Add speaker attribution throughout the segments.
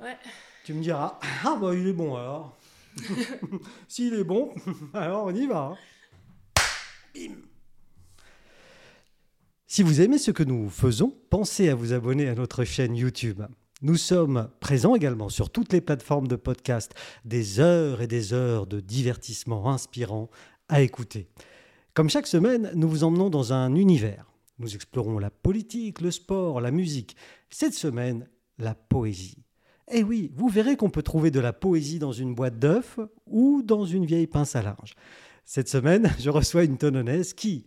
Speaker 1: Ouais.
Speaker 2: Tu me diras, ah bah il est bon alors. S'il est bon, alors on y va. hein. Bim. Si vous aimez ce que nous faisons, pensez à vous abonner à notre chaîne YouTube. Nous sommes présents également sur toutes les plateformes de podcast, des heures et des heures de divertissement inspirant à écouter. Comme chaque semaine, nous vous emmenons dans un univers. Nous explorons la politique, le sport, la musique. Cette semaine, la poésie. Eh oui, vous verrez qu'on peut trouver de la poésie dans une boîte d'œufs ou dans une vieille pince à linge. Cette semaine, je reçois une tononnaise qui,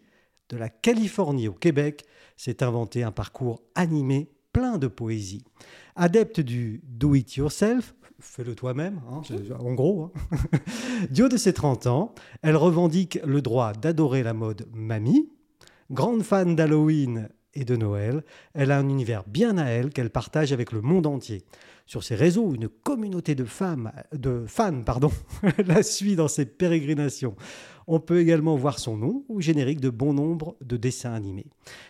Speaker 2: de la Californie au Québec, s'est inventé un parcours animé plein de poésie. Adepte du do it yourself, fais-le toi-même, hein, c'est- en gros. hein. Dio de ses 30 ans, elle revendique le droit d'adorer la mode mamie. Grande fan d'Halloween et de Noël, elle a un univers bien à elle qu'elle partage avec le monde entier. Sur ses réseaux, une communauté de femmes, de fans, pardon, la suit dans ses pérégrinations. On peut également voir son nom au générique de bon nombre de dessins animés.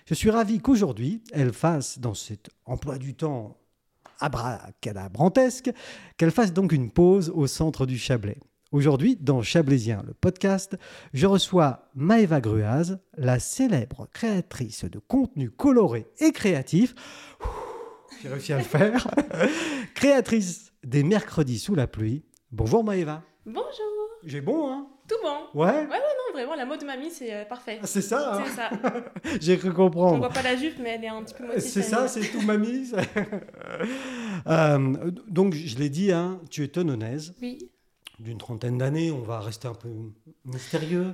Speaker 2: Je suis ravi qu'aujourd'hui, elle fasse, dans cet emploi du temps abracadabrantesque, qu'elle fasse donc une pause au centre du Chablais. Aujourd'hui, dans Chablaisien, le podcast, je reçois Maëva Gruaz, la célèbre créatrice de contenu coloré et créatif. Ouh, J'ai réussi à le faire. créatrice des mercredis sous la pluie. Bonjour Maëva.
Speaker 1: Bonjour.
Speaker 2: J'ai bon, hein
Speaker 1: Tout bon.
Speaker 2: Ouais,
Speaker 1: Non, vraiment, la mode mamie, c'est euh, parfait.
Speaker 2: c'est ça, hein
Speaker 1: C'est ça.
Speaker 2: j'ai cru
Speaker 1: On
Speaker 2: comprendre.
Speaker 1: voit pas la jupe, mais elle est un petit peu moitié
Speaker 2: C'est ça,
Speaker 1: chanel.
Speaker 2: c'est tout mamie. Euh, donc, je l'ai dit, hein, tu es tononaise
Speaker 1: Oui.
Speaker 2: d'une trentaine d'années, on va rester un peu mystérieux.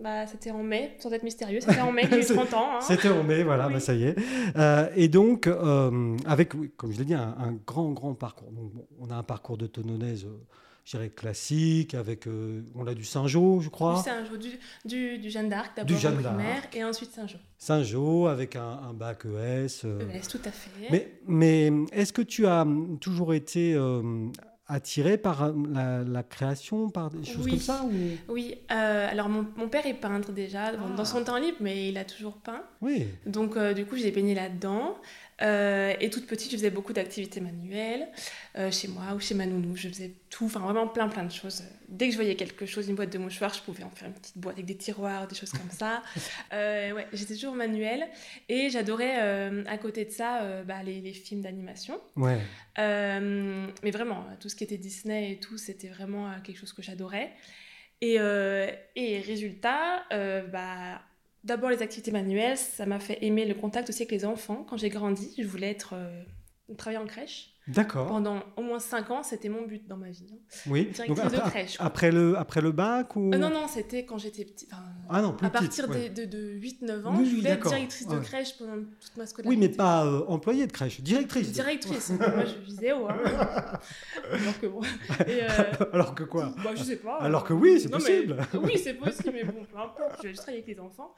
Speaker 1: Bah, c'était en mai, sans être mystérieux. C'était en mai, j'ai eu
Speaker 2: C'est-
Speaker 1: 30 ans. hein.
Speaker 2: C'était en mai, voilà,
Speaker 1: Oui.
Speaker 2: bah, ça y est. Euh, et donc, euh, avec, oui, comme je l'ai dit, un, un grand, grand parcours. Donc, bon, on a un parcours de tononaise, euh, je dirais, classique, avec, euh, on a du Saint-Jean, je
Speaker 1: Du
Speaker 2: crois.
Speaker 1: Saint-Jean, du, du, du Jeanne d'Arc,
Speaker 2: Du
Speaker 1: d'abord
Speaker 2: Jeanne
Speaker 1: en primaire, et ensuite Saint-Jean.
Speaker 2: Saint-Jean, avec un, un bac ES. euh.
Speaker 1: ES, tout à fait.
Speaker 2: Mais, mais est-ce que tu as hum, toujours été euh, attiré par euh, la, la création, par des choses
Speaker 1: Oui.
Speaker 2: comme ça ou...
Speaker 1: Oui, euh, alors mon, mon père est peintre déjà, bon,
Speaker 2: Ah.
Speaker 1: dans son temps libre, mais il a toujours peint.
Speaker 2: Oui,
Speaker 1: Donc, euh, du coup, j'ai baigné là-dedans. Euh, et toute petite, je faisais beaucoup d'activités manuelles euh, chez moi ou chez ma nounou. Je faisais tout, enfin vraiment plein, plein de choses. Dès que je voyais quelque chose, une boîte de mouchoirs, je pouvais en faire une petite boîte avec des tiroirs, des choses comme ça. Euh, ouais, j'étais toujours manuelle. Et j'adorais, euh, à côté de ça, euh, bah, les, les films d'animation.
Speaker 2: ouais.
Speaker 1: Euh, mais vraiment, tout ce qui était Disney et tout, c'était vraiment euh, quelque chose que j'adorais. Et, euh, et résultat, euh, bah, d'abord les activités manuelles, ça m'a fait aimer le contact aussi avec les enfants. Quand j'ai grandi, je voulais être euh, travailler en crèche.
Speaker 2: D'accord.
Speaker 1: Pendant au moins 5 ans, c'était mon but dans ma vie. hein.
Speaker 2: Oui. Ah.
Speaker 1: Directrice
Speaker 2: Donc,
Speaker 1: de
Speaker 2: après,
Speaker 1: crèche. quoi.
Speaker 2: après le, après le bac ou...
Speaker 1: Euh, non, non, c'était quand j'étais petite. enfin,
Speaker 2: Ah non, plus
Speaker 1: à
Speaker 2: petite,
Speaker 1: partir
Speaker 2: ouais.
Speaker 1: des- de, 8-9 ans,
Speaker 2: Oui,
Speaker 1: je
Speaker 2: oui,
Speaker 1: voulais être
Speaker 2: d'accord.
Speaker 1: directrice de
Speaker 2: Ouais.
Speaker 1: crèche pendant toute ma scolarité.
Speaker 2: Oui, mais pas euh, employée de crèche, directrice. de-
Speaker 1: Directrice. Moi, je visais haut. Hein. Alors que bon. Et, euh,
Speaker 2: Alors que quoi
Speaker 1: Bah, je sais pas.
Speaker 2: Alors que oui, c'est
Speaker 1: Non, mais-
Speaker 2: possible.
Speaker 1: Oui, c'est possible, mais bon, peu importe, je vais juste travailler avec les enfants.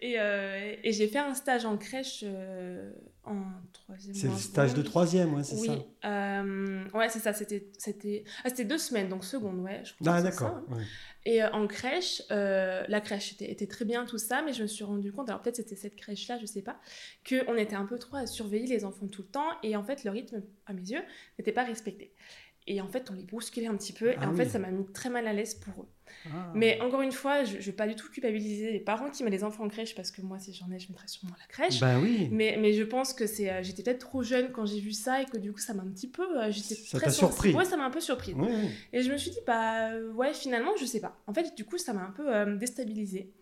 Speaker 1: Et, euh, et j'ai fait un stage en crèche euh, en troisième.
Speaker 2: C'est
Speaker 1: ou
Speaker 2: le
Speaker 1: en
Speaker 2: stage de
Speaker 1: seconde.
Speaker 2: troisième, ouais, c'est
Speaker 1: Oui,
Speaker 2: ça.
Speaker 1: euh, ouais, c'est ça. C'était, c'était, ah, c'était deux semaines, donc seconde, ouais. Je crois
Speaker 2: Ah
Speaker 1: que c'est
Speaker 2: d'accord.
Speaker 1: ça. hein.
Speaker 2: ouais.
Speaker 1: Et euh, en crèche, euh, la crèche était, était très bien, tout ça, mais je me suis rendu compte, alors peut-être c'était cette crèche-là, je sais pas, qu'on était un peu trop à surveiller les enfants tout le temps, et en fait, le rythme, à mes yeux, n'était pas respecté. Et en fait, on les bousculait un petit peu, et
Speaker 2: Ah
Speaker 1: en
Speaker 2: oui.
Speaker 1: fait, ça m'a mis très mal à l'aise pour eux.
Speaker 2: Ah.
Speaker 1: Mais encore une fois, je ne vais pas du tout culpabiliser les parents qui mettent les enfants en crèche parce que moi, si j'en ai, je mettrais sûrement à la crèche.
Speaker 2: Ben oui.
Speaker 1: Mais, mais je pense que c'est, euh, j'étais peut-être trop jeune quand j'ai vu ça et que du coup, ça m'a un petit peu. euh, j'étais
Speaker 2: Ça
Speaker 1: très
Speaker 2: t'a
Speaker 1: sensible.
Speaker 2: surpris.
Speaker 1: Ouais, ça m'a un peu surpris.
Speaker 2: Oui, oui.
Speaker 1: Et je me suis dit, bah euh, ouais, finalement, je sais pas. En fait, du coup, ça m'a un peu euh, déstabilisée.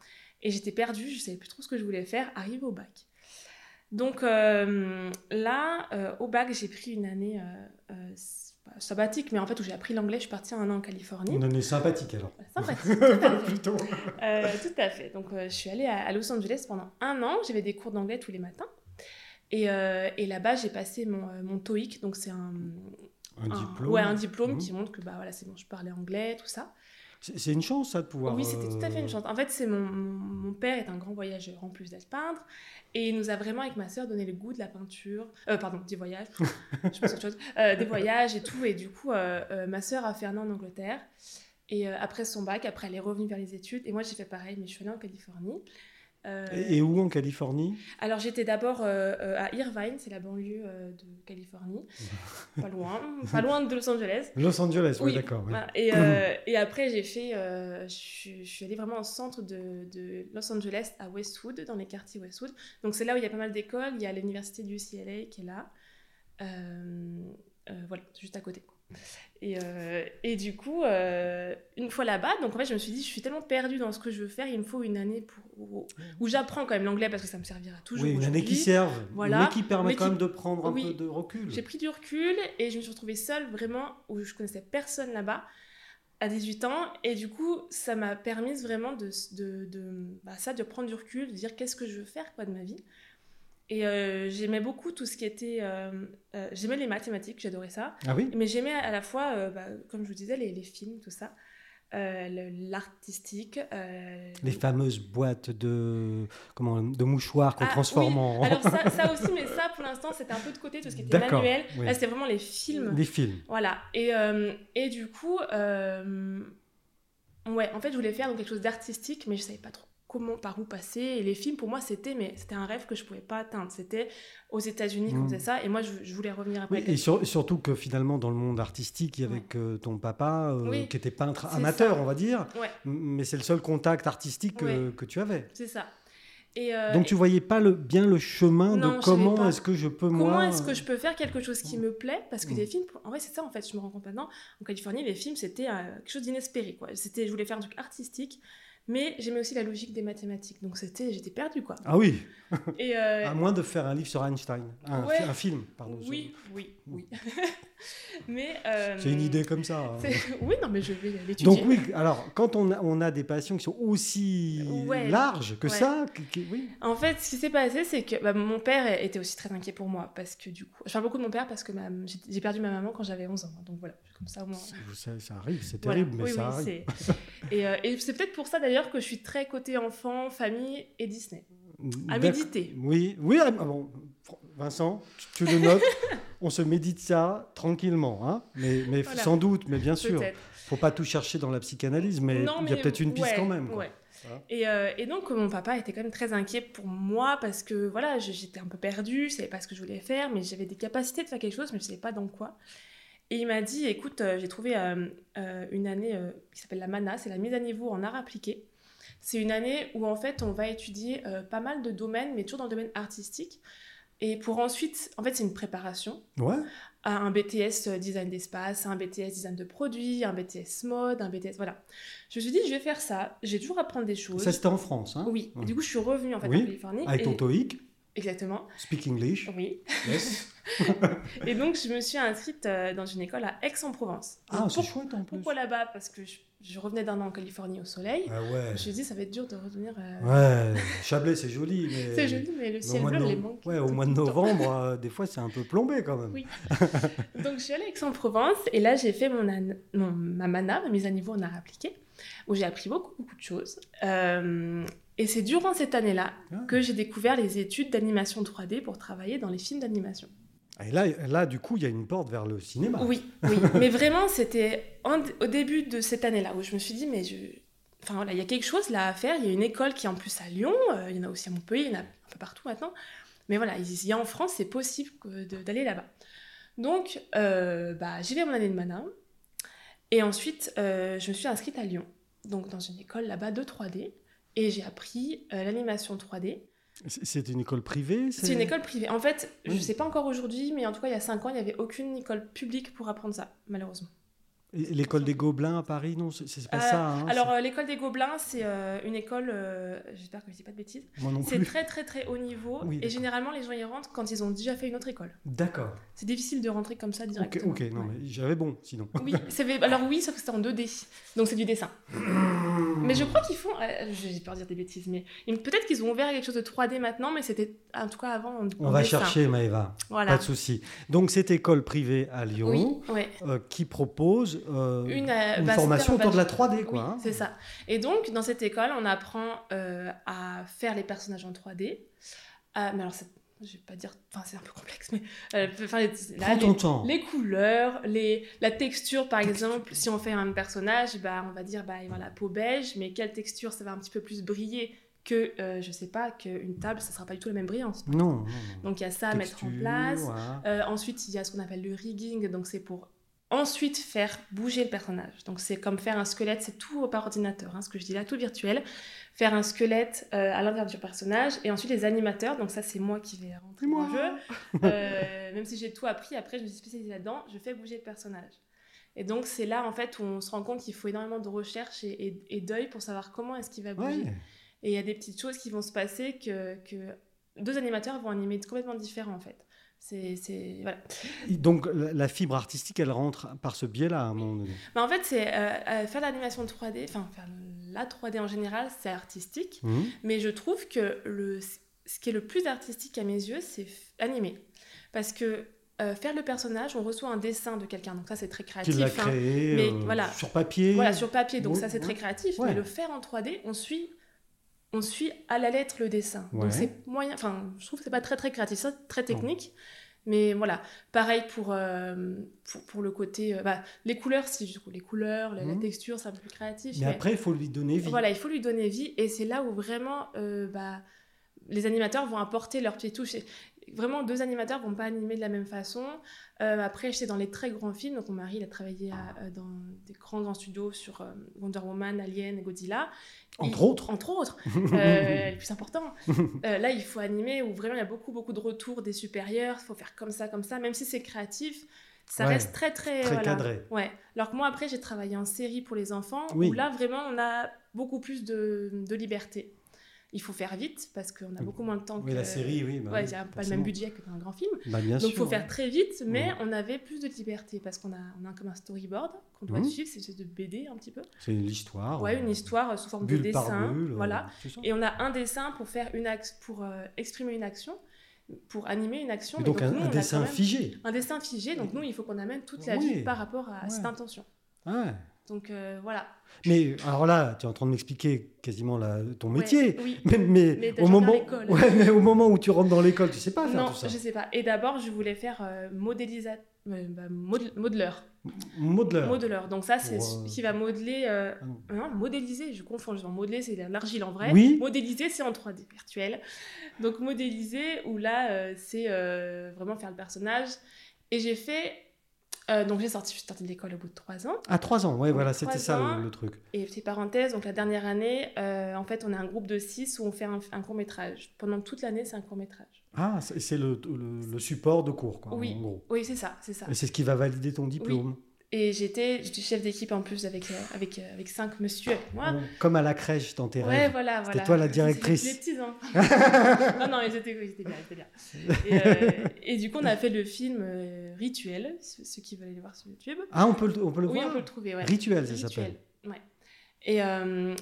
Speaker 1: Et j'étais perdue, je savais plus trop ce que je voulais faire, arrivé au bac. Donc euh, là, euh, au bac, j'ai pris une année euh, euh, s- pas sabbatique, mais en fait, où j'ai appris l'anglais, je suis partie un an en Californie.
Speaker 2: Une année sympathique alors.
Speaker 1: Sympathique, tout à fait.
Speaker 2: Plutôt.
Speaker 1: Euh, tout à fait. Donc, euh, je suis allée à, à Los Angeles pendant un an. J'avais des cours d'anglais tous les matins. Et, euh, et là-bas, j'ai passé mon, euh, mon TOEIC. Donc, c'est un,
Speaker 2: Un diplôme.
Speaker 1: Ah. ouais, un diplôme
Speaker 2: Mhm.
Speaker 1: qui montre que bah, voilà, c'est bon, je parlais anglais, tout ça.
Speaker 2: C'est c'est une chance ça de pouvoir.
Speaker 1: Oui, c'était tout à fait une
Speaker 2: euh,
Speaker 1: chance. En fait, c'est mon, mon- mon père est un grand voyageur en plus d'être peintre. Et il nous a vraiment, avec ma sœur, donné le goût de la peinture. Euh, pardon, des voyages. je pense à autre chose. Euh, des voyages et tout. Et du coup, euh, euh, ma sœur a fait un an en Angleterre. Et euh, après son bac, après, elle est revenue vers les études. Et moi, j'ai fait pareil, mais je suis allée en Californie. Euh,
Speaker 2: Et et où en Californie
Speaker 1: Alors j'étais d'abord euh, euh, à Irvine, c'est la banlieue euh, de Californie, pas loin, pas loin de Los Angeles.
Speaker 2: Los Angeles, oui,
Speaker 1: Oui,
Speaker 2: d'accord. oui.
Speaker 1: Voilà. Et, euh, et après j'ai fait, euh, je, suis- je suis allée vraiment au centre de, de Los Angeles à Westwood, dans les quartiers Westwood. Donc c'est là où il y a pas mal d'écoles, il y a l'université du UCLA qui est là, Euh, euh, voilà, juste à côté. quoi. Et, euh, et du coup, euh, une fois là-bas, donc en fait, je me suis dit, je suis tellement perdue dans ce que je veux faire, il me faut une année pour, où, où j'apprends quand même l'anglais parce que ça me servira toujours.
Speaker 2: Oui, une année qui
Speaker 1: aujourd'hui.
Speaker 2: serve,
Speaker 1: Voilà.
Speaker 2: mais qui permet
Speaker 1: Mais
Speaker 2: quand
Speaker 1: qui-
Speaker 2: même de prendre un
Speaker 1: Oui.
Speaker 2: peu de recul.
Speaker 1: J'ai pris du recul et je me suis retrouvée seule vraiment où je connaissais personne là-bas à 18 ans et du coup ça m'a permis vraiment de, de, de- bah, ça de prendre du recul, de dire qu'est-ce que je veux faire quoi de ma vie. Et euh, j'aimais beaucoup tout ce qui était euh, euh, j'aimais les mathématiques, j'adorais ça,
Speaker 2: Ah oui
Speaker 1: mais j'aimais à la fois euh, bah, comme je vous disais les, les films tout ça, euh, le- l'artistique, euh,
Speaker 2: Les fameuses boîtes de, comment, de mouchoirs qu'on
Speaker 1: Ah,
Speaker 2: transforme
Speaker 1: oui.
Speaker 2: en.
Speaker 1: alors ça, ça aussi, mais ça pour l'instant c'était un peu de côté tout ce qui était
Speaker 2: D'accord,
Speaker 1: manuel.
Speaker 2: oui.
Speaker 1: Là c'était vraiment les films.
Speaker 2: Des films.
Speaker 1: Voilà. Et, euh, et du coup, euh, ouais, en fait, je voulais faire donc, quelque chose d'artistique, mais je savais pas trop comment, par où passer. Et les films, pour moi, c'était mais c'était un rêve que je pouvais pas atteindre. C'était aux États-Unis qu'on
Speaker 2: Mm.
Speaker 1: faisait ça, et moi, je, je voulais revenir après.
Speaker 2: Oui, et sur- surtout que finalement, dans le monde artistique, avec euh, ton papa, euh,
Speaker 1: Oui.
Speaker 2: qui était peintre
Speaker 1: C'est
Speaker 2: amateur,
Speaker 1: ça.
Speaker 2: on va dire,
Speaker 1: Ouais.
Speaker 2: m- mais c'est le seul contact artistique euh, que tu avais.
Speaker 1: C'est ça. Et, euh,
Speaker 2: Donc tu voyais pas le, bien le chemin
Speaker 1: Non, je
Speaker 2: de
Speaker 1: savais
Speaker 2: comment
Speaker 1: pas.
Speaker 2: est-ce que je peux,
Speaker 1: Comment
Speaker 2: moi...
Speaker 1: est-ce que je peux faire quelque chose qui me plaît Parce que
Speaker 2: Mm.
Speaker 1: des films, pour- en vrai, c'est ça en fait, je me rends compte maintenant. En Californie, les films, c'était euh, quelque chose d'inespéré. quoi. C'était, je voulais faire un truc artistique, mais j'aimais aussi la logique des mathématiques. Donc c'était, j'étais perdue quoi.
Speaker 2: Ah oui,
Speaker 1: Et, euh,
Speaker 2: à moins de faire un livre sur Einstein, un, fi-
Speaker 1: Ouais.
Speaker 2: un film, pardon. sur-
Speaker 1: Oui, oui, oui. mais. euh,
Speaker 2: C'est une idée comme ça. hein.
Speaker 1: c'est- Oui, non, mais je vais l'étudier.
Speaker 2: Donc oui, alors quand on a, on a des passions qui sont aussi
Speaker 1: Ouais.
Speaker 2: larges que
Speaker 1: Ouais.
Speaker 2: ça, qui- qui- oui.
Speaker 1: En fait, ce qui s'est passé, c'est que bah, mon père était aussi très inquiet pour moi. Parce que du coup. Je parle beaucoup de mon père parce que ma- j'ai- j'ai perdu ma maman quand j'avais 11 ans. Donc voilà, comme ça au moins.
Speaker 2: C'est- Ça, ça arrive, c'est
Speaker 1: Voilà.
Speaker 2: terrible, mais
Speaker 1: Oui,
Speaker 2: ça
Speaker 1: oui,
Speaker 2: arrive.
Speaker 1: c'est- Et, euh, et c'est peut-être pour ça d'ailleurs que je suis très côté enfant, famille et Disney. À
Speaker 2: D'ac-
Speaker 1: méditer.
Speaker 2: Oui, oui. ah bon, Fr- Vincent, tu, tu le notes. on se médite ça tranquillement, hein mais, mais f-
Speaker 1: Voilà.
Speaker 2: sans doute, mais bien sûr.
Speaker 1: Peut-être.
Speaker 2: Faut pas tout chercher dans la psychanalyse, mais
Speaker 1: Non,
Speaker 2: il y a
Speaker 1: mais
Speaker 2: peut-être une piste
Speaker 1: ouais,
Speaker 2: quand même. quoi.
Speaker 1: ouais.
Speaker 2: Voilà.
Speaker 1: Et, euh, et donc, mon papa était quand même très inquiet pour moi parce que voilà, je- j'étais un peu perdue, je savais pas ce que je voulais faire, mais j'avais des capacités de faire quelque chose, mais je savais pas dans quoi. Et il m'a dit écoute, euh, j'ai trouvé euh, euh, une année euh, qui s'appelle la MANA, c'est la mise à niveau en art appliqué. C'est une année où en fait on va étudier euh, pas mal de domaines, mais toujours dans le domaine artistique. Et pour ensuite, en fait, c'est une préparation
Speaker 2: Ouais.
Speaker 1: à un BTS euh, design d'espace, à un BTS design de produits, un BTS mode, un BTS. Voilà. Je me suis dit, je vais faire ça. J'ai toujours apprendre des choses.
Speaker 2: Ça c'était en France, hein
Speaker 1: Oui,
Speaker 2: Ouais.
Speaker 1: du coup, je suis revenue en fait
Speaker 2: Oui,
Speaker 1: en Californie.
Speaker 2: Avec
Speaker 1: et-
Speaker 2: ton TOEIC,
Speaker 1: Exactement,
Speaker 2: Speak English.
Speaker 1: oui.
Speaker 2: Yes.
Speaker 1: Et donc, je me suis inscrite euh, dans une école à Aix-en-Provence. Donc,
Speaker 2: Ah, c'est
Speaker 1: pour-
Speaker 2: chouette en plus.
Speaker 1: Pourquoi là-bas Parce que je, je revenais d'un an en Californie au soleil.
Speaker 2: Ah
Speaker 1: Je
Speaker 2: ouais.
Speaker 1: me suis dit, ça va être dur de revenir. euh,
Speaker 2: Ouais. Chablais, c'est joli, mais.
Speaker 1: C'est joli, mais le
Speaker 2: mais au
Speaker 1: ciel
Speaker 2: mois de
Speaker 1: bleu, je
Speaker 2: no-
Speaker 1: les manque.
Speaker 2: ouais, au
Speaker 1: tout
Speaker 2: mois de
Speaker 1: le temps.
Speaker 2: novembre, euh, des fois c'est un peu plombé quand même.
Speaker 1: Oui. Donc je suis allée à Aix-en-Provence et là j'ai fait mon, an- mon- ma mana, ma mise à niveau en art appliqué, où j'ai appris beaucoup, beaucoup de choses. Euh, et c'est durant cette année-là
Speaker 2: Ah.
Speaker 1: que j'ai découvert les études d'animation 3D pour travailler dans les films d'animation.
Speaker 2: Et là, là, du coup, il y a une porte vers le cinéma.
Speaker 1: Oui, oui. mais vraiment, c'était en- au début de cette année-là où je me suis dit, mais je. Enfin voilà, il y a quelque chose là à faire. Il y a une école qui est en plus à Lyon, euh, il y en a aussi à Montpellier, il y en a un peu partout maintenant. Mais voilà, il y a en France, c'est possible que de- d'aller là-bas. Donc, euh, bah, j'y vais à mon année de mana. Et ensuite, euh, je me suis inscrite à Lyon, donc dans une école là-bas de 3D. Et j'ai appris euh, l'animation 3D.
Speaker 2: C'est- C'est une école privée
Speaker 1: C'est une école privée. En fait, je
Speaker 2: Oui.
Speaker 1: ne sais pas encore aujourd'hui, mais en tout cas, il y a 5 ans, il n'y avait aucune école publique pour apprendre ça, malheureusement.
Speaker 2: Et L'école des Gobelins à Paris, non, c'est c'est pas
Speaker 1: Euh,
Speaker 2: ça. hein,
Speaker 1: Alors, euh, l'école des Gobelins, c'est euh, une école, euh, j'espère que je dis pas de bêtises,
Speaker 2: c'est- moi non
Speaker 1: c'est
Speaker 2: plus.
Speaker 1: très très très haut niveau
Speaker 2: Oui,
Speaker 1: et
Speaker 2: d'accord.
Speaker 1: généralement les gens y rentrent quand ils ont déjà fait une autre école.
Speaker 2: D'accord.
Speaker 1: C'est difficile de rentrer comme ça
Speaker 2: Ok,
Speaker 1: directement.
Speaker 2: ok, non
Speaker 1: Ouais.
Speaker 2: mais j'avais bon, sinon.
Speaker 1: Oui, c'est- alors oui, sauf que c'était en 2D, donc c'est du dessin.
Speaker 2: Mm.
Speaker 1: Mais je crois qu'ils font, euh, j'ai peur de dire des bêtises, mais ils- peut-être qu'ils ont ouvert quelque chose de 3D maintenant, mais c'était en tout cas avant en,
Speaker 2: On
Speaker 1: en
Speaker 2: va
Speaker 1: dessin.
Speaker 2: chercher, Maëva. Pas
Speaker 1: Voilà.
Speaker 2: de souci. Donc cette école privée à Lyon
Speaker 1: Oui, ouais.
Speaker 2: euh, qui propose euh,
Speaker 1: une, euh,
Speaker 2: une
Speaker 1: bah,
Speaker 2: formation
Speaker 1: c'était en
Speaker 2: autour de la 3D, quoi.
Speaker 1: Oui,
Speaker 2: hein.
Speaker 1: c'est ça. Et donc, dans cette école, on apprend euh, à faire les personnages en 3D. Ah, mais alors, c'est- je vais pas dire. Enfin, c'est un peu complexe, mais. euh, enfin, les, là,
Speaker 2: Prends ton
Speaker 1: les-
Speaker 2: temps.
Speaker 1: les couleurs, les, la texture, par exemple. Si on fait un personnage, bah, on va dire, bah, il a la peau beige, mais quelle texture ça va un petit peu plus briller que, euh, je sais pas, qu'une table, ça sera pas du tout la même brillance.
Speaker 2: Non, non, non.
Speaker 1: Donc il y a ça à mettre en
Speaker 2: Texture,
Speaker 1: place.
Speaker 2: voilà.
Speaker 1: Euh, ensuite, il y a ce qu'on appelle le rigging, donc c'est pour ensuite faire bouger le personnage. Donc c'est comme faire un squelette, c'est tout par ordinateur, hein, ce que je dis là, tout virtuel. Faire un squelette euh, à l'intérieur du personnage et ensuite les animateurs, donc ça c'est moi qui vais
Speaker 2: C'est
Speaker 1: rentrer
Speaker 2: moi.
Speaker 1: en jeu. Euh, même si j'ai tout appris, après je me suis spécialisée là-dedans, je fais bouger le personnage. Et donc c'est là en fait où on se rend compte qu'il faut énormément de recherche et, et- et d'œil pour savoir comment est-ce qu'il va bouger.
Speaker 2: Ouais.
Speaker 1: Et il y a des petites choses qui vont se passer que, que deux animateurs vont animer complètement différents en fait. C'est c'est- voilà.
Speaker 2: Et Donc la, la fibre artistique, elle rentre par ce biais-là à un moment donné.
Speaker 1: Bah, en fait, c'est euh, euh, faire de l'animation 3D, enfin faire la 3D en général, c'est artistique.
Speaker 2: Mhm.
Speaker 1: Mais je trouve que le, ce qui est le plus artistique à mes yeux, c'est f- animer, parce que euh, faire le personnage, on reçoit un dessin de quelqu'un, donc ça c'est très
Speaker 2: Qui
Speaker 1: créatif.
Speaker 2: l'a
Speaker 1: hein.
Speaker 2: créé
Speaker 1: mais
Speaker 2: euh,
Speaker 1: voilà.
Speaker 2: sur papier.
Speaker 1: Voilà, sur papier, donc
Speaker 2: Ouais,
Speaker 1: ça c'est très
Speaker 2: ouais.
Speaker 1: créatif,
Speaker 2: Ouais.
Speaker 1: mais le faire en 3D, on suit, on suit à la lettre le dessin.
Speaker 2: Ouais.
Speaker 1: Donc c'est moyen, enfin je trouve que c'est pas très très créatif, ça très technique. Mais voilà, pareil pour, euh, pour, pour le côté, euh, bah, les couleurs, si du coup les couleurs, la, la
Speaker 2: Mhm.
Speaker 1: texture, c'est un peu plus créatif.
Speaker 2: Mais
Speaker 1: mais
Speaker 2: après, il faut lui donner vie.
Speaker 1: Voilà, il faut lui donner vie et c'est là où vraiment euh, bah, les animateurs vont apporter leurs petites touches. Et Vraiment, deux animateurs vont pas animer de la même façon. Euh, après, c'est dans les très grands films. Donc, mon mari, il a travaillé à- euh, dans des grands grands studios sur euh, Wonder Woman, Alien, Godzilla.
Speaker 2: Entre
Speaker 1: Il-
Speaker 2: autres.
Speaker 1: Entre autres. Euh, le plus important. Euh, là, il faut animer où vraiment il y a beaucoup beaucoup de retours des supérieurs. Il faut faire comme ça, comme ça. Même si c'est créatif, ça
Speaker 2: Ouais.
Speaker 1: reste très très
Speaker 2: Très
Speaker 1: voilà.
Speaker 2: cadré.
Speaker 1: Ouais. Alors que moi, après, j'ai travaillé en série pour les enfants,
Speaker 2: Oui.
Speaker 1: où là, vraiment, on a beaucoup plus de, de liberté. Il faut faire vite, parce qu'on a beaucoup moins de temps
Speaker 2: Oui,
Speaker 1: que...
Speaker 2: la série, oui. bah
Speaker 1: euh, Ouais,
Speaker 2: oui,
Speaker 1: il n'y a pas le
Speaker 2: forcément.
Speaker 1: même budget que dans un grand film.
Speaker 2: Bah, bien
Speaker 1: Donc, il
Speaker 2: sûr.
Speaker 1: faut faire très vite, mais
Speaker 2: Ouais.
Speaker 1: on avait plus de liberté, parce qu'on a, on a comme un storyboard qu'on doit
Speaker 2: Mhm.
Speaker 1: suivre, c'est une espèce de BD un petit peu.
Speaker 2: C'est l'histoire.
Speaker 1: Ouais, une
Speaker 2: euh,
Speaker 1: histoire euh, sous forme
Speaker 2: Bulle
Speaker 1: de dessin.
Speaker 2: par bulle. euh,
Speaker 1: voilà.
Speaker 2: tout ça.
Speaker 1: Et on a un dessin pour, faire une axe, pour euh, exprimer une action, pour animer une action.
Speaker 2: Et
Speaker 1: mais
Speaker 2: donc, un,
Speaker 1: nous,
Speaker 2: un
Speaker 1: on a quand
Speaker 2: dessin
Speaker 1: même
Speaker 2: figé.
Speaker 1: Un dessin figé, donc nous, il faut qu'on amène toute la
Speaker 2: Oui.
Speaker 1: vie par rapport à cette
Speaker 2: Ouais.
Speaker 1: intention.
Speaker 2: Ouais.
Speaker 1: Donc euh, voilà.
Speaker 2: Mais alors là, tu es en train de m'expliquer quasiment la- ton métier.
Speaker 1: Ouais, oui.
Speaker 2: Mais, mais
Speaker 1: Mais t'as
Speaker 2: au
Speaker 1: jamais
Speaker 2: moment,
Speaker 1: fait l'école.
Speaker 2: ouais, mais au moment où tu rentres dans l'école, tu sais pas faire
Speaker 1: Non,
Speaker 2: tout ça.
Speaker 1: je sais pas. Et d'abord, je voulais faire euh, modélisa- euh, bah, model- modeleur.
Speaker 2: Modeleur.
Speaker 1: Modeleur. Donc ça, c'est
Speaker 2: Pour,
Speaker 1: ce
Speaker 2: euh,
Speaker 1: qui va modeler. euh,
Speaker 2: Ah non.
Speaker 1: non, modéliser, je confonds. genre, modeler, c'est de l'argile en vrai.
Speaker 2: Oui.
Speaker 1: Modéliser, c'est en 3D virtuel. Donc modéliser, où là, euh, c'est euh, vraiment faire le personnage. Et j'ai fait. euh, donc j'ai sorti, je suis sortie de l'école au bout de trois ans.
Speaker 2: À 3 ans, ouais, voilà,
Speaker 1: Trois
Speaker 2: c'était ça
Speaker 1: ans.
Speaker 2: le, le truc.
Speaker 1: Et petite parenthèse, donc la dernière année, euh, en fait, on a un groupe de six où on fait un, un court métrage. Pendant toute l'année, c'est un court métrage.
Speaker 2: Ah, c'est c'est le, le- le support de cours, quoi,
Speaker 1: Oui.
Speaker 2: en gros.
Speaker 1: Oui, c'est ça, c'est ça.
Speaker 2: Et c'est ce qui va valider ton diplôme.
Speaker 1: Et j'étais, j'étais chef d'équipe en plus avec, euh, avec, euh, avec cinq monsieur avec moi.
Speaker 2: On- Comme à la crèche dans tes
Speaker 1: Ouais,
Speaker 2: rêves.
Speaker 1: voilà, voilà.
Speaker 2: toi la directrice.
Speaker 1: Les petits, hein. non, non, ils étaient, ils étaient bien, ils étaient bien. Et, euh, et du coup, on a fait le film euh, Rituel, ce- ceux qui veulent aller le voir sur YouTube.
Speaker 2: Ah, on peut le, on peut le
Speaker 1: oui,
Speaker 2: voir
Speaker 1: on peut le trouver, ouais.
Speaker 2: Rituel, ça
Speaker 1: Rituel,
Speaker 2: s'appelle.
Speaker 1: Ouais. Et, euh,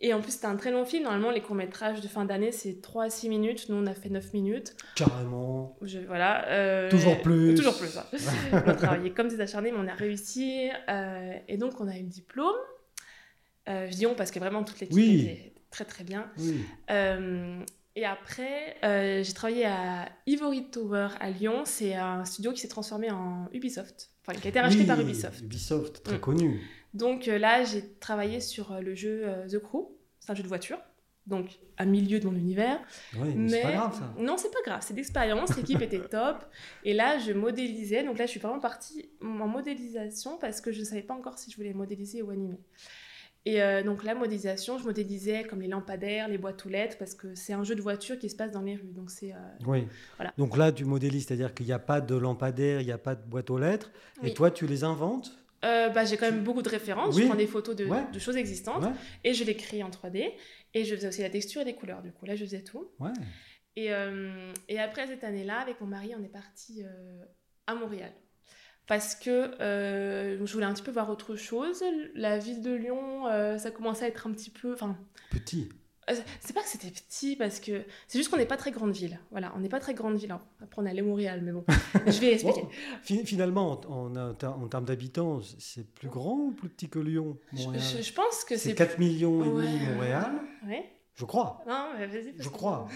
Speaker 1: et en plus, c'était un très long film. Normalement, les courts-métrages de fin d'année, c'est 3 à 6 minutes. Nous, on a fait 9 minutes.
Speaker 2: Carrément.
Speaker 1: Je- voilà, euh,
Speaker 2: Toujours plus.
Speaker 1: Toujours plus. hein. on a travaillé comme des acharnés, mais on a réussi. euh, et donc, on a eu le diplôme. Euh, je dis on parce que vraiment toute l'équipe
Speaker 2: Oui.
Speaker 1: était très très bien.
Speaker 2: Oui.
Speaker 1: Euh, et après, euh, j'ai travaillé à Ivory Tower à Lyon. C'est un studio qui s'est transformé en Ubisoft, enfin qui a été racheté
Speaker 2: Oui,
Speaker 1: par Ubisoft.
Speaker 2: Ubisoft, très
Speaker 1: Mm.
Speaker 2: connu.
Speaker 1: Donc euh, là, j'ai travaillé sur euh, le jeu euh, The Crew. C'est un jeu de voiture, donc un milieu de mon univers.
Speaker 2: Oui, mais, c'est
Speaker 1: Mais
Speaker 2: pas grave, ça.
Speaker 1: non, c'est pas grave, c'est d'expérience, l'équipe était top. Et là, je modélisais, donc là, je suis vraiment partie en modélisation parce que je ne savais pas encore si je voulais modéliser ou animer. Et euh, donc la modélisation, je modélisais comme les lampadaires, les boîtes aux lettres, parce que c'est un jeu de voiture qui se passe dans les rues. Donc c'est... euh,
Speaker 2: Oui.
Speaker 1: Voilà.
Speaker 2: Donc là, tu modélises, c'est-à-dire qu'il n'y a pas de lampadaire, il n'y a pas de boîte aux lettres, et
Speaker 1: Oui.
Speaker 2: toi, tu les inventes.
Speaker 1: euh, bah, j'ai quand même beaucoup de références,
Speaker 2: Oui.
Speaker 1: je prends des photos de,
Speaker 2: Ouais.
Speaker 1: de choses existantes,
Speaker 2: Ouais.
Speaker 1: et je les crée en 3D, et je faisais aussi la texture et les couleurs. Du coup, là, je faisais tout.
Speaker 2: Ouais.
Speaker 1: Et, euh, et après cette année-là, avec mon mari, on est parti euh, à Montréal. Parce que euh, je voulais un petit peu voir autre chose. La ville de Lyon, euh, ça commençait à être un petit peu. Enfin,
Speaker 2: Petit.
Speaker 1: euh, c'est pas que c'était petit, parce que c'est juste qu'on n'est pas très grande ville. Voilà, on n'est pas très grande ville. hein. Après, on allait à Montréal, mais bon, je vais expliquer.
Speaker 2: Wow. Oh, Fi- Finalement, en, en- en ter- en termes d'habitants, c'est plus grand ou plus petit que Lyon Montréal
Speaker 1: Je, je pense que
Speaker 2: C'est
Speaker 1: c'est.
Speaker 2: 4 millions et demi
Speaker 1: Ouais.
Speaker 2: Montréal,
Speaker 1: Ouais.
Speaker 2: je crois.
Speaker 1: Non, mais vas-y. parce
Speaker 2: Je
Speaker 1: que-
Speaker 2: crois.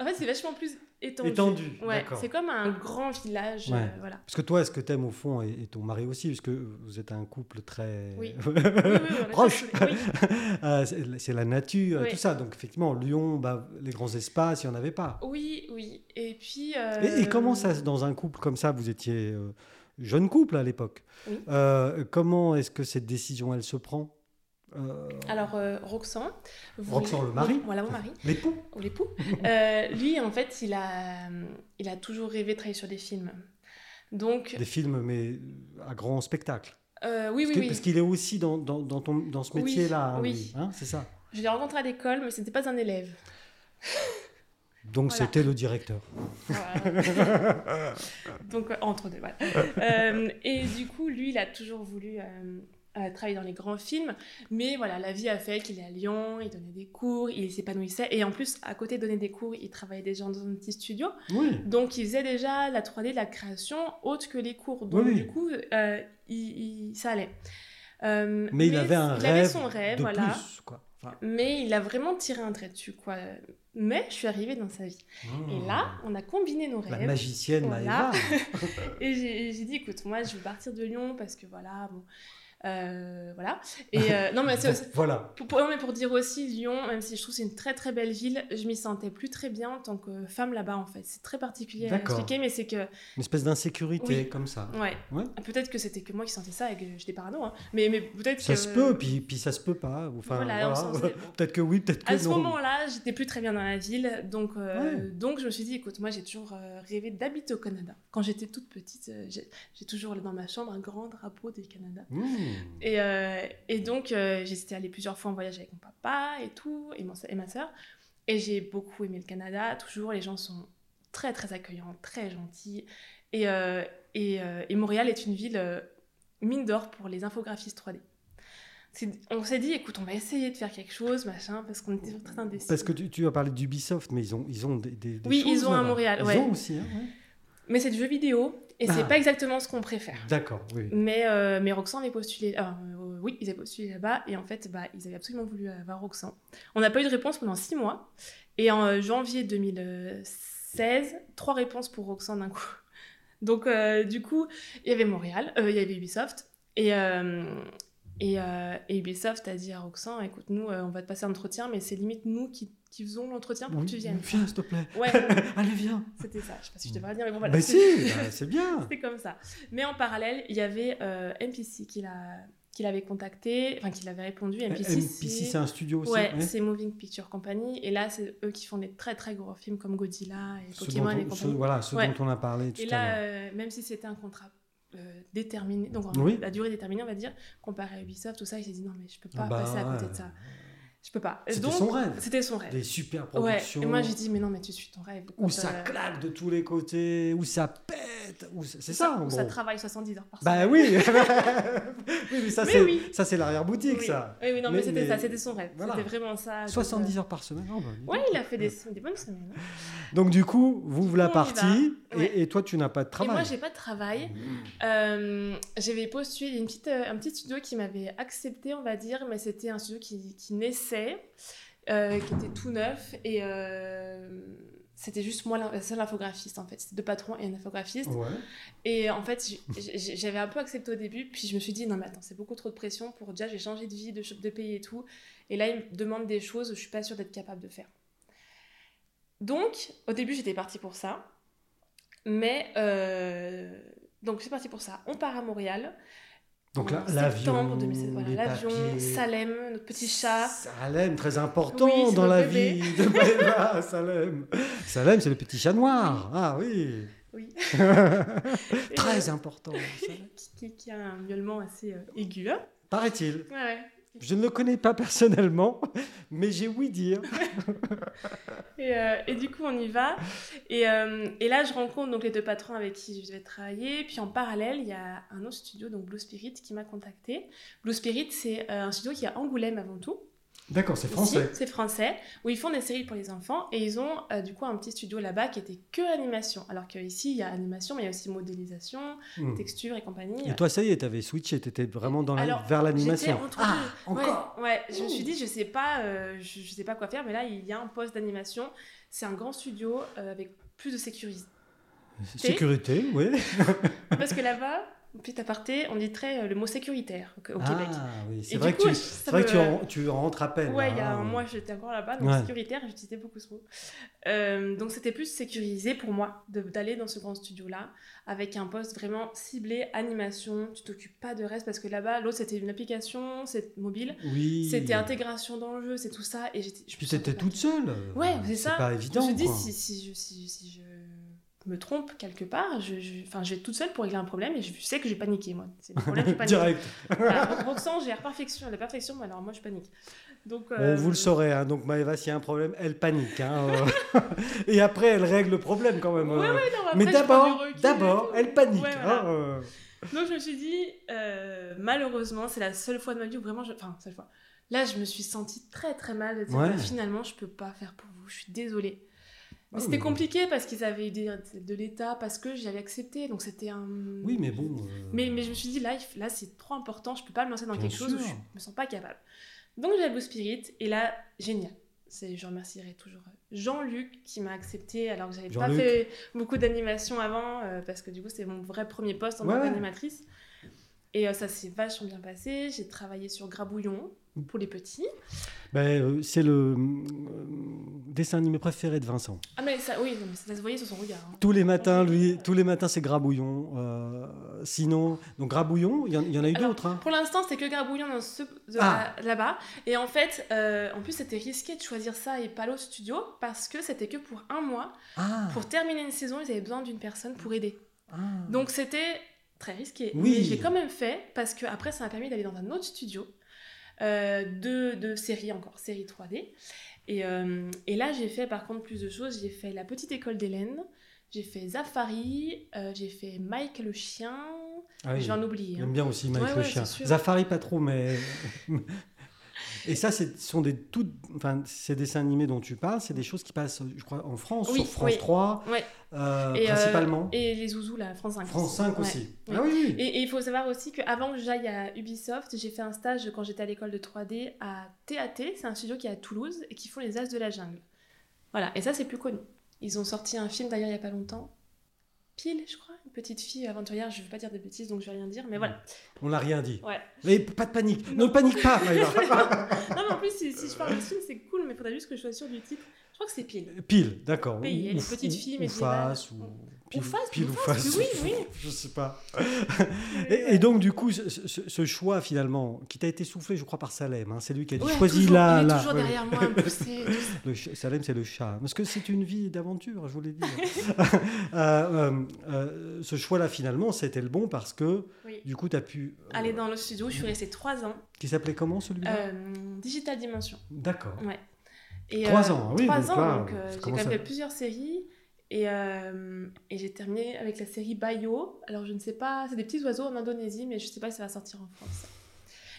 Speaker 1: En fait, c'est vachement plus étendu.
Speaker 2: Étendu,
Speaker 1: Ouais,
Speaker 2: d'accord.
Speaker 1: c'est comme un grand village.
Speaker 2: Ouais.
Speaker 1: euh, voilà.
Speaker 2: Parce que toi, ce que t'aimes au fond, et, et ton mari aussi, puisque vous êtes un couple très
Speaker 1: Oui. Oui, oui, oui, on est
Speaker 2: proche,
Speaker 1: pas- oui.
Speaker 2: Euh, c'est la- c'est la nature,
Speaker 1: Oui.
Speaker 2: tout ça. Donc effectivement, Lyon, bah, les grands espaces, il n'y en avait pas.
Speaker 1: Oui, oui. Et puis. euh,
Speaker 2: Et, et comment ça, dans un couple comme ça, vous étiez euh, jeune couple à l'époque.
Speaker 1: Oui.
Speaker 2: Euh, comment est-ce que cette décision, elle se prend Euh,
Speaker 1: Alors, euh, Roxan. vous-
Speaker 2: Roxan, le mari.
Speaker 1: Voilà, mon mari,
Speaker 2: L'époux
Speaker 1: ou l'époux. Euh, lui, en fait, il a, il a toujours rêvé de travailler sur des films. Donc,
Speaker 2: Des films, mais à grand spectacle.
Speaker 1: euh, oui,
Speaker 2: Parce
Speaker 1: oui,
Speaker 2: que-
Speaker 1: oui.
Speaker 2: Parce qu'il est aussi dans, dans, dans ton, dans ce
Speaker 1: Oui,
Speaker 2: métier-là, hein,
Speaker 1: oui.
Speaker 2: lui, hein, c'est ça.
Speaker 1: Je l'ai rencontré à l'école, mais ce n'était pas un élève.
Speaker 2: Donc
Speaker 1: Voilà.
Speaker 2: c'était le directeur.
Speaker 1: Voilà. Donc, euh, entre deux, voilà. Euh, et du coup, lui, il a toujours voulu euh, euh, travailler dans les grands films, mais voilà, la vie a fait qu'il est à Lyon, il donnait des cours, il s'épanouissait, et en plus, à côté de donner des cours, il travaillait déjà dans un petit studio,
Speaker 2: Oui.
Speaker 1: donc il faisait déjà la 3D, de la création, autre que les cours, donc
Speaker 2: Oui.
Speaker 1: du coup, euh, il, il- ça allait. Euh,
Speaker 2: Mais, il avait un
Speaker 1: il
Speaker 2: rêve.
Speaker 1: avait son rêve,
Speaker 2: de
Speaker 1: voilà.
Speaker 2: plus, quoi. Enfin,
Speaker 1: Mais il a vraiment tiré un trait dessus, quoi. Mais je suis arrivée dans sa vie. Et
Speaker 2: hmm.
Speaker 1: là, on a combiné nos
Speaker 2: La
Speaker 1: rêves.
Speaker 2: magicienne
Speaker 1: Voilà.
Speaker 2: Maëva.
Speaker 1: Et j'ai j'ai dit, écoute, moi, je veux partir de Lyon parce que voilà, bon. euh, voilà. Et euh, non, mais c'est- c'est-
Speaker 2: voilà.
Speaker 1: pour, pour- non, mais pour dire aussi, Lyon, même si je trouve que c'est une très très belle ville, je m'y sentais plus très bien en tant que femme là-bas, en fait. C'est très particulier à
Speaker 2: D'accord.
Speaker 1: expliquer, mais c'est que.
Speaker 2: Une espèce d'insécurité
Speaker 1: Oui.
Speaker 2: comme ça.
Speaker 1: Ouais.
Speaker 2: Ouais.
Speaker 1: Peut-être que c'était que moi qui sentais ça et que j'étais parano, hein. mais, mais peut-être
Speaker 2: Ça
Speaker 1: que.
Speaker 2: se peut, puis, puis ça se peut pas. Enfin,
Speaker 1: Voilà, on
Speaker 2: voilà.
Speaker 1: s'en-
Speaker 2: peut-être que oui, peut-être que
Speaker 1: À ce
Speaker 2: non.
Speaker 1: moment-là, j'étais plus très bien dans la ville, donc, euh,
Speaker 2: Ouais.
Speaker 1: donc je me suis dit, écoute, moi j'ai toujours euh, rêvé d'habiter au Canada. Quand j'étais toute petite, euh, j'ai j'ai toujours dans ma chambre un grand drapeau du Canada.
Speaker 2: Hmm.
Speaker 1: Et, euh, et donc, euh, j'étais allée plusieurs fois en voyage avec mon papa et tout, et, mon- et ma soeur. Et j'ai beaucoup aimé le Canada. Toujours, les gens sont très, très accueillants, très gentils. Et, euh, et, euh, et Montréal est une ville euh, mine d'or pour les infographistes 3D. C'est- On s'est dit, écoute, on va essayer de faire quelque chose, machin, parce qu'on était très indécis.
Speaker 2: Parce que tu, tu as parlé d'Ubisoft, mais ils ont, ils ont des, des- des
Speaker 1: Oui,
Speaker 2: choses
Speaker 1: ils ont un
Speaker 2: là-bas.
Speaker 1: Montréal,
Speaker 2: Ils
Speaker 1: ouais.
Speaker 2: ont aussi, hein, ouais.
Speaker 1: Mais c'est du jeu vidéo, et c'est
Speaker 2: Ah.
Speaker 1: pas exactement ce qu'on préfère.
Speaker 2: D'accord, oui.
Speaker 1: Mais, euh, mais Roxanne avait postulé. euh, euh, oui, ils avaient postulé là-bas et en fait, bah, ils avaient absolument voulu avoir Roxanne. On n'a pas eu de réponse pendant six mois. Et en euh, janvier 2016, trois réponses pour Roxanne d'un coup. Donc, euh, du coup, il y avait Montréal, euh, il y avait Ubisoft. Et, euh, et, euh, et Ubisoft a dit à Roxanne écoute, nous, euh, on va te passer un entretien, mais c'est limite nous qui, qui faisons l'entretien pour
Speaker 2: Oui,
Speaker 1: que tu viennes.
Speaker 2: Viens, s'il te plaît.
Speaker 1: Ouais,
Speaker 2: Allez, viens.
Speaker 1: c'était ça. Je sais pas si je devrais dire, mais bon, voilà.
Speaker 2: Mais si, bah, c'est bien.
Speaker 1: C'était comme ça. Mais en parallèle, il y avait euh, MPC qui l'a- qui l'avait contacté, enfin qui l'avait
Speaker 2: Euh,
Speaker 1: répondu. MPC,
Speaker 2: MPC, c'est un studio aussi. hein.
Speaker 1: ouais,
Speaker 2: ouais.
Speaker 1: c'est Moving Picture Company. Et là, c'est eux qui font des très très gros films comme Godzilla et
Speaker 2: Ce
Speaker 1: Pokémon
Speaker 2: dont
Speaker 1: et
Speaker 2: on, ce-
Speaker 1: compagnie.
Speaker 2: voilà, ce
Speaker 1: Ouais.
Speaker 2: dont on a parlé tout
Speaker 1: et
Speaker 2: à
Speaker 1: là,
Speaker 2: l'heure.
Speaker 1: euh, même si c'était un contrat euh, déterminé, donc en-
Speaker 2: Oui.
Speaker 1: la durée déterminée, on va dire, comparé à Ubisoft, tout ça, il s'est dit non, mais je peux pas
Speaker 2: Bah,
Speaker 1: passer à côté
Speaker 2: ouais.
Speaker 1: de ça. Je peux pas.
Speaker 2: C'était
Speaker 1: Donc,
Speaker 2: son rêve.
Speaker 1: C'était son rêve.
Speaker 2: Des super
Speaker 1: Ouais.
Speaker 2: productions.
Speaker 1: Et moi, j'ai dit, mais non, mais tu suis ton rêve.
Speaker 2: Où
Speaker 1: Quand,
Speaker 2: ça
Speaker 1: euh,
Speaker 2: claque de tous les côtés, où ça pète. où ça- C'est ça, en
Speaker 1: où
Speaker 2: gros.
Speaker 1: ça travaille 70 heures par
Speaker 2: Bah
Speaker 1: semaine.
Speaker 2: oui Oui, mais ça,
Speaker 1: Mais
Speaker 2: c'est
Speaker 1: oui.
Speaker 2: ça, c'est l'arrière-boutique,
Speaker 1: oui.
Speaker 2: ça.
Speaker 1: Oui, oui, non,
Speaker 2: Mais-
Speaker 1: mais, c'était
Speaker 2: mais-
Speaker 1: ça, c'était son rêve.
Speaker 2: voilà.
Speaker 1: C'était vraiment ça. donc,
Speaker 2: 70 heures par semaine. oh, bah, dis
Speaker 1: euh, Ouais,
Speaker 2: donc.
Speaker 1: il a fait des, des bonnes semaines. hein.
Speaker 2: Donc, du coup, vous, la
Speaker 1: on y
Speaker 2: partie,
Speaker 1: va. Ouais.
Speaker 2: et, et toi, tu n'as pas de
Speaker 1: Et moi,
Speaker 2: travail. Mmh.
Speaker 1: j'ai pas de travail. Euh, J'avais postulé une petite, euh, un petit studio qui m'avait accepté, on va dire, mais c'était un studio qui, qui naissait, euh, qui était tout neuf. Et euh, c'était juste moi, l'in- la seule infographiste, en fait. C'était deux patrons et un infographiste.
Speaker 2: Ouais.
Speaker 1: Et en fait, j- j- j'avais un peu accepté au début, puis je me suis dit, non, mais attends, c'est beaucoup trop de pression pour déjà, j'ai changé de vie, de, ch- de pays et tout. Et là, ils me demandent des choses, je suis pas sûre d'être capable de faire. Donc, au début, j'étais partie pour ça. Mais, euh, donc, c'est parti pour ça. On part à Montréal.
Speaker 2: Donc là,
Speaker 1: En
Speaker 2: l'avion,
Speaker 1: septembre 2016, voilà,
Speaker 2: les
Speaker 1: l'avion,
Speaker 2: papiers.
Speaker 1: Salem, notre petit chat.
Speaker 2: Salem, très important
Speaker 1: Oui, c'est
Speaker 2: dans
Speaker 1: le
Speaker 2: la
Speaker 1: bébé.
Speaker 2: vie de Béla, Salem. Salem, c'est le petit chat noir. Ah oui,
Speaker 1: Oui. Et,
Speaker 2: très important.
Speaker 1: euh,
Speaker 2: Salem.
Speaker 1: qui, qui- qui a un miaulement assez euh, aigu. hein.
Speaker 2: Paraît-il.
Speaker 1: Ouais, ouais.
Speaker 2: Je ne le connais pas personnellement, mais j'ai oui dire.
Speaker 1: Et, euh, et du coup, on y va. Et, euh, et là, je rencontre donc les deux patrons avec qui je vais travailler. Puis en parallèle, il y a un autre studio, donc Blue Spirit, qui m'a contacté. Blue Spirit, c'est euh, un studio qui est à Angoulême avant tout.
Speaker 2: D'accord, c'est
Speaker 1: Ici,
Speaker 2: français.
Speaker 1: C'est français, où ils font des séries pour les enfants et ils ont euh, du coup un petit studio là-bas qui était que animation. Alors qu'ici, il y a animation, mais il y a aussi modélisation,
Speaker 2: Hmm.
Speaker 1: texture et compagnie.
Speaker 2: Et toi, ça y est, t'avais switché, t'étais vraiment dans la-
Speaker 1: Alors,
Speaker 2: vers
Speaker 1: J'étais
Speaker 2: l'animation.
Speaker 1: entre
Speaker 2: Ah,
Speaker 1: deux. Ouais,
Speaker 2: encore Oh.
Speaker 1: Ouais, je me suis dit, je sais pas, euh, je, je sais pas quoi faire, mais là, il y a un poste d'animation. C'est un grand studio euh, avec plus de sécurité.
Speaker 2: Euh, Sécurité, oui.
Speaker 1: Parce que là-bas, petit aparté, on dit très euh, le mot sécuritaire au, au Québec.
Speaker 2: Ah, oui, c'est
Speaker 1: bah, Et
Speaker 2: vrai
Speaker 1: du
Speaker 2: que
Speaker 1: coup,
Speaker 2: tu,
Speaker 1: ça
Speaker 2: c'est vrai que tu
Speaker 1: me-
Speaker 2: en, tu en rentres à peine.
Speaker 1: Ouais,
Speaker 2: là,
Speaker 1: il y a
Speaker 2: hein.
Speaker 1: un mois, j'étais encore là-bas, donc
Speaker 2: Ouais.
Speaker 1: sécuritaire, j'utilisais beaucoup ce mot. Euh, donc c'était plus sécurisé pour moi de- d'aller dans ce grand studio-là, avec un poste vraiment ciblé, animation, tu t'occupes pas de reste, parce que là-bas, l'autre, c'était une application, c'est mobile,
Speaker 2: Oui.
Speaker 1: c'était intégration dans le jeu, c'est tout ça, et j'étais... je
Speaker 2: Puis
Speaker 1: me sentais
Speaker 2: t'étais
Speaker 1: pas
Speaker 2: toute seule.
Speaker 1: Ouais, c'est ça.
Speaker 2: C'est pas évident.
Speaker 1: Je me dis,
Speaker 2: quoi.
Speaker 1: si, si, je, si, si je me trompe quelque part, je, je, enfin, je vais toute seule pour régler un problème et je sais que j'ai paniqué, moi. C'est le problème, je panique.
Speaker 2: Direct.
Speaker 1: Voilà, Roxane gère perfection, la perfection, mais alors moi, je panique. Donc,
Speaker 2: Bon,
Speaker 1: euh,
Speaker 2: vous le saurez, hein, donc Maëva, s'il y a un problème, elle panique. hein, euh. et après, elle règle le problème quand même.
Speaker 1: Ouais,
Speaker 2: euh.
Speaker 1: ouais, non, après,
Speaker 2: Mais
Speaker 1: je prends
Speaker 2: d'abord,
Speaker 1: du recul et
Speaker 2: d'abord,
Speaker 1: tout.
Speaker 2: elle panique.
Speaker 1: Ouais, voilà.
Speaker 2: hein, euh.
Speaker 1: Donc, je me suis dit, euh, malheureusement, c'est la seule fois de ma vie où vraiment, je... enfin, seule fois. Là, je me suis sentie très très mal de dire,
Speaker 2: Ouais.
Speaker 1: bah, finalement, je peux pas faire pour vous, je suis désolée.
Speaker 2: Ah,
Speaker 1: Mais c'était
Speaker 2: mais-
Speaker 1: compliqué parce qu'ils avaient eu des- de l'État, parce que j'avais accepté, donc c'était un.
Speaker 2: Oui, mais bon. euh,
Speaker 1: Mais, mais je me suis dit, là, il f- là c'est trop important, je peux pas me lancer dans
Speaker 2: Bien
Speaker 1: quelque chose où
Speaker 2: sûr.
Speaker 1: je me sens pas capable. Donc j'ai la Blue Spirit, et là, génial. C'est, je remercierai toujours euh, Jean-Luc qui m'a accepté alors que j'avais pas
Speaker 2: Jean-Luc.
Speaker 1: fait beaucoup d'animation avant, euh, parce que du coup, c'est mon vrai premier poste en
Speaker 2: Ouais,
Speaker 1: tant
Speaker 2: ouais.
Speaker 1: qu'animatrice. Et euh, ça s'est vachement bien passé. J'ai travaillé sur Grabouillon
Speaker 2: Mm.
Speaker 1: pour les petits.
Speaker 2: ben, euh, c'est le euh, dessin animé préféré de Vincent.
Speaker 1: Ah, mais ça, oui, non, mais ça se voyait sur son regard. hein.
Speaker 2: Tous les matins, lui, tous les matins, c'est Grabouillon. euh, sinon, donc Grabouillon, il y, en- il y en a eu
Speaker 1: Alors,
Speaker 2: d'autres. hein.
Speaker 1: Pour l'instant, c'était que Grabouillon dans ce- de-
Speaker 2: Ah.
Speaker 1: là-bas. Et en fait, euh, en plus, c'était risqué de choisir ça et pas l'autre studio parce que c'était que pour un mois.
Speaker 2: Ah,
Speaker 1: Pour terminer une saison, ils avaient besoin d'une personne pour aider.
Speaker 2: ah.
Speaker 1: Donc c'était très risqué.
Speaker 2: Oui.
Speaker 1: Mais je l'ai quand même fait parce que après, ça m'a permis d'aller dans un autre studio euh, de, de série encore, série 3D. Et, euh, et là, j'ai fait par contre plus de choses. J'ai fait La Petite École d'Hélène. J'ai fait Zafari, euh, j'ai fait Mike le chien,
Speaker 2: Ah oui,
Speaker 1: j'en oublie. hein.
Speaker 2: J'aime bien aussi Mike
Speaker 1: Ouais,
Speaker 2: le
Speaker 1: ouais,
Speaker 2: chien.
Speaker 1: c'est sûr.
Speaker 2: Zafari pas trop, mais. Et ça, ce sont des toutes, enfin, ces dessins animés dont tu parles, c'est des choses qui passent, je crois, en France,
Speaker 1: Oui,
Speaker 2: sur France
Speaker 1: oui.
Speaker 2: 3,
Speaker 1: Ouais.
Speaker 2: euh,
Speaker 1: Et, euh,
Speaker 2: principalement.
Speaker 1: Et les zouzous, la France 5.
Speaker 2: France 5
Speaker 1: Ouais.
Speaker 2: aussi.
Speaker 1: oui.
Speaker 2: Ah oui, oui.
Speaker 1: Et et il faut savoir aussi qu'avant que j'aille à Ubisoft, j'ai fait un stage quand j'étais à l'école de 3D à TAT, c'est un studio qui est à Toulouse et qui font les As de la Jungle. Voilà, et ça c'est plus connu. Ils ont sorti un film d'ailleurs il n'y a pas longtemps, pile je crois, une petite fille aventurière, je ne veux pas dire de bêtises donc je vais rien dire, mais voilà.
Speaker 2: On n'a rien dit.
Speaker 1: Ouais.
Speaker 2: Mais pas de panique. Ne panique pas, Maïva.
Speaker 1: Non mais en plus si, si je parle de ce film c'est cool, mais il faudra juste que je sois sûre du titre. Je crois que c'est pile.
Speaker 2: Pile, d'accord.
Speaker 1: Pays,
Speaker 2: Ou-
Speaker 1: elle est
Speaker 2: ou-
Speaker 1: petite
Speaker 2: ou-
Speaker 1: fille
Speaker 2: ou
Speaker 1: médiévale.
Speaker 2: face, ou...
Speaker 1: Ou face,
Speaker 2: pile
Speaker 1: ou
Speaker 2: ou
Speaker 1: face,
Speaker 2: face.
Speaker 1: oui, oui.
Speaker 2: Je sais pas. Et, et donc, du coup, ce, ce- ce choix, finalement, qui t'a été soufflé, je crois, par Salem, hein, c'est lui qui a dit
Speaker 1: Ouais,
Speaker 2: choisis
Speaker 1: toujours,
Speaker 2: là,
Speaker 1: il est
Speaker 2: là.
Speaker 1: toujours
Speaker 2: Ouais.
Speaker 1: derrière moi, à me pousser, tout ça.
Speaker 2: Le ch- Salem, c'est le chat. hein, Parce que c'est une vie d'aventure, je vous l'ai dit. Euh, euh, euh, ce choix-là, finalement, c'était le bon parce que,
Speaker 1: Oui.
Speaker 2: du coup, tu as pu. euh,
Speaker 1: Aller dans le studio, je suis restée 3 ans.
Speaker 2: Qui s'appelait comment celui-là
Speaker 1: Euh, Digital Dimension.
Speaker 2: D'accord.
Speaker 1: Et, euh,
Speaker 2: Trois ans, oui,
Speaker 1: Trois
Speaker 2: donc
Speaker 1: ans,
Speaker 2: là,
Speaker 1: donc euh,
Speaker 2: ça
Speaker 1: j'ai quand
Speaker 2: commence
Speaker 1: même
Speaker 2: à-
Speaker 1: fait plusieurs séries. Et, euh, et j'ai terminé avec la série Bayo. Alors je ne sais pas, c'est des petits oiseaux en Indonésie, mais je ne sais pas si ça va sortir en France.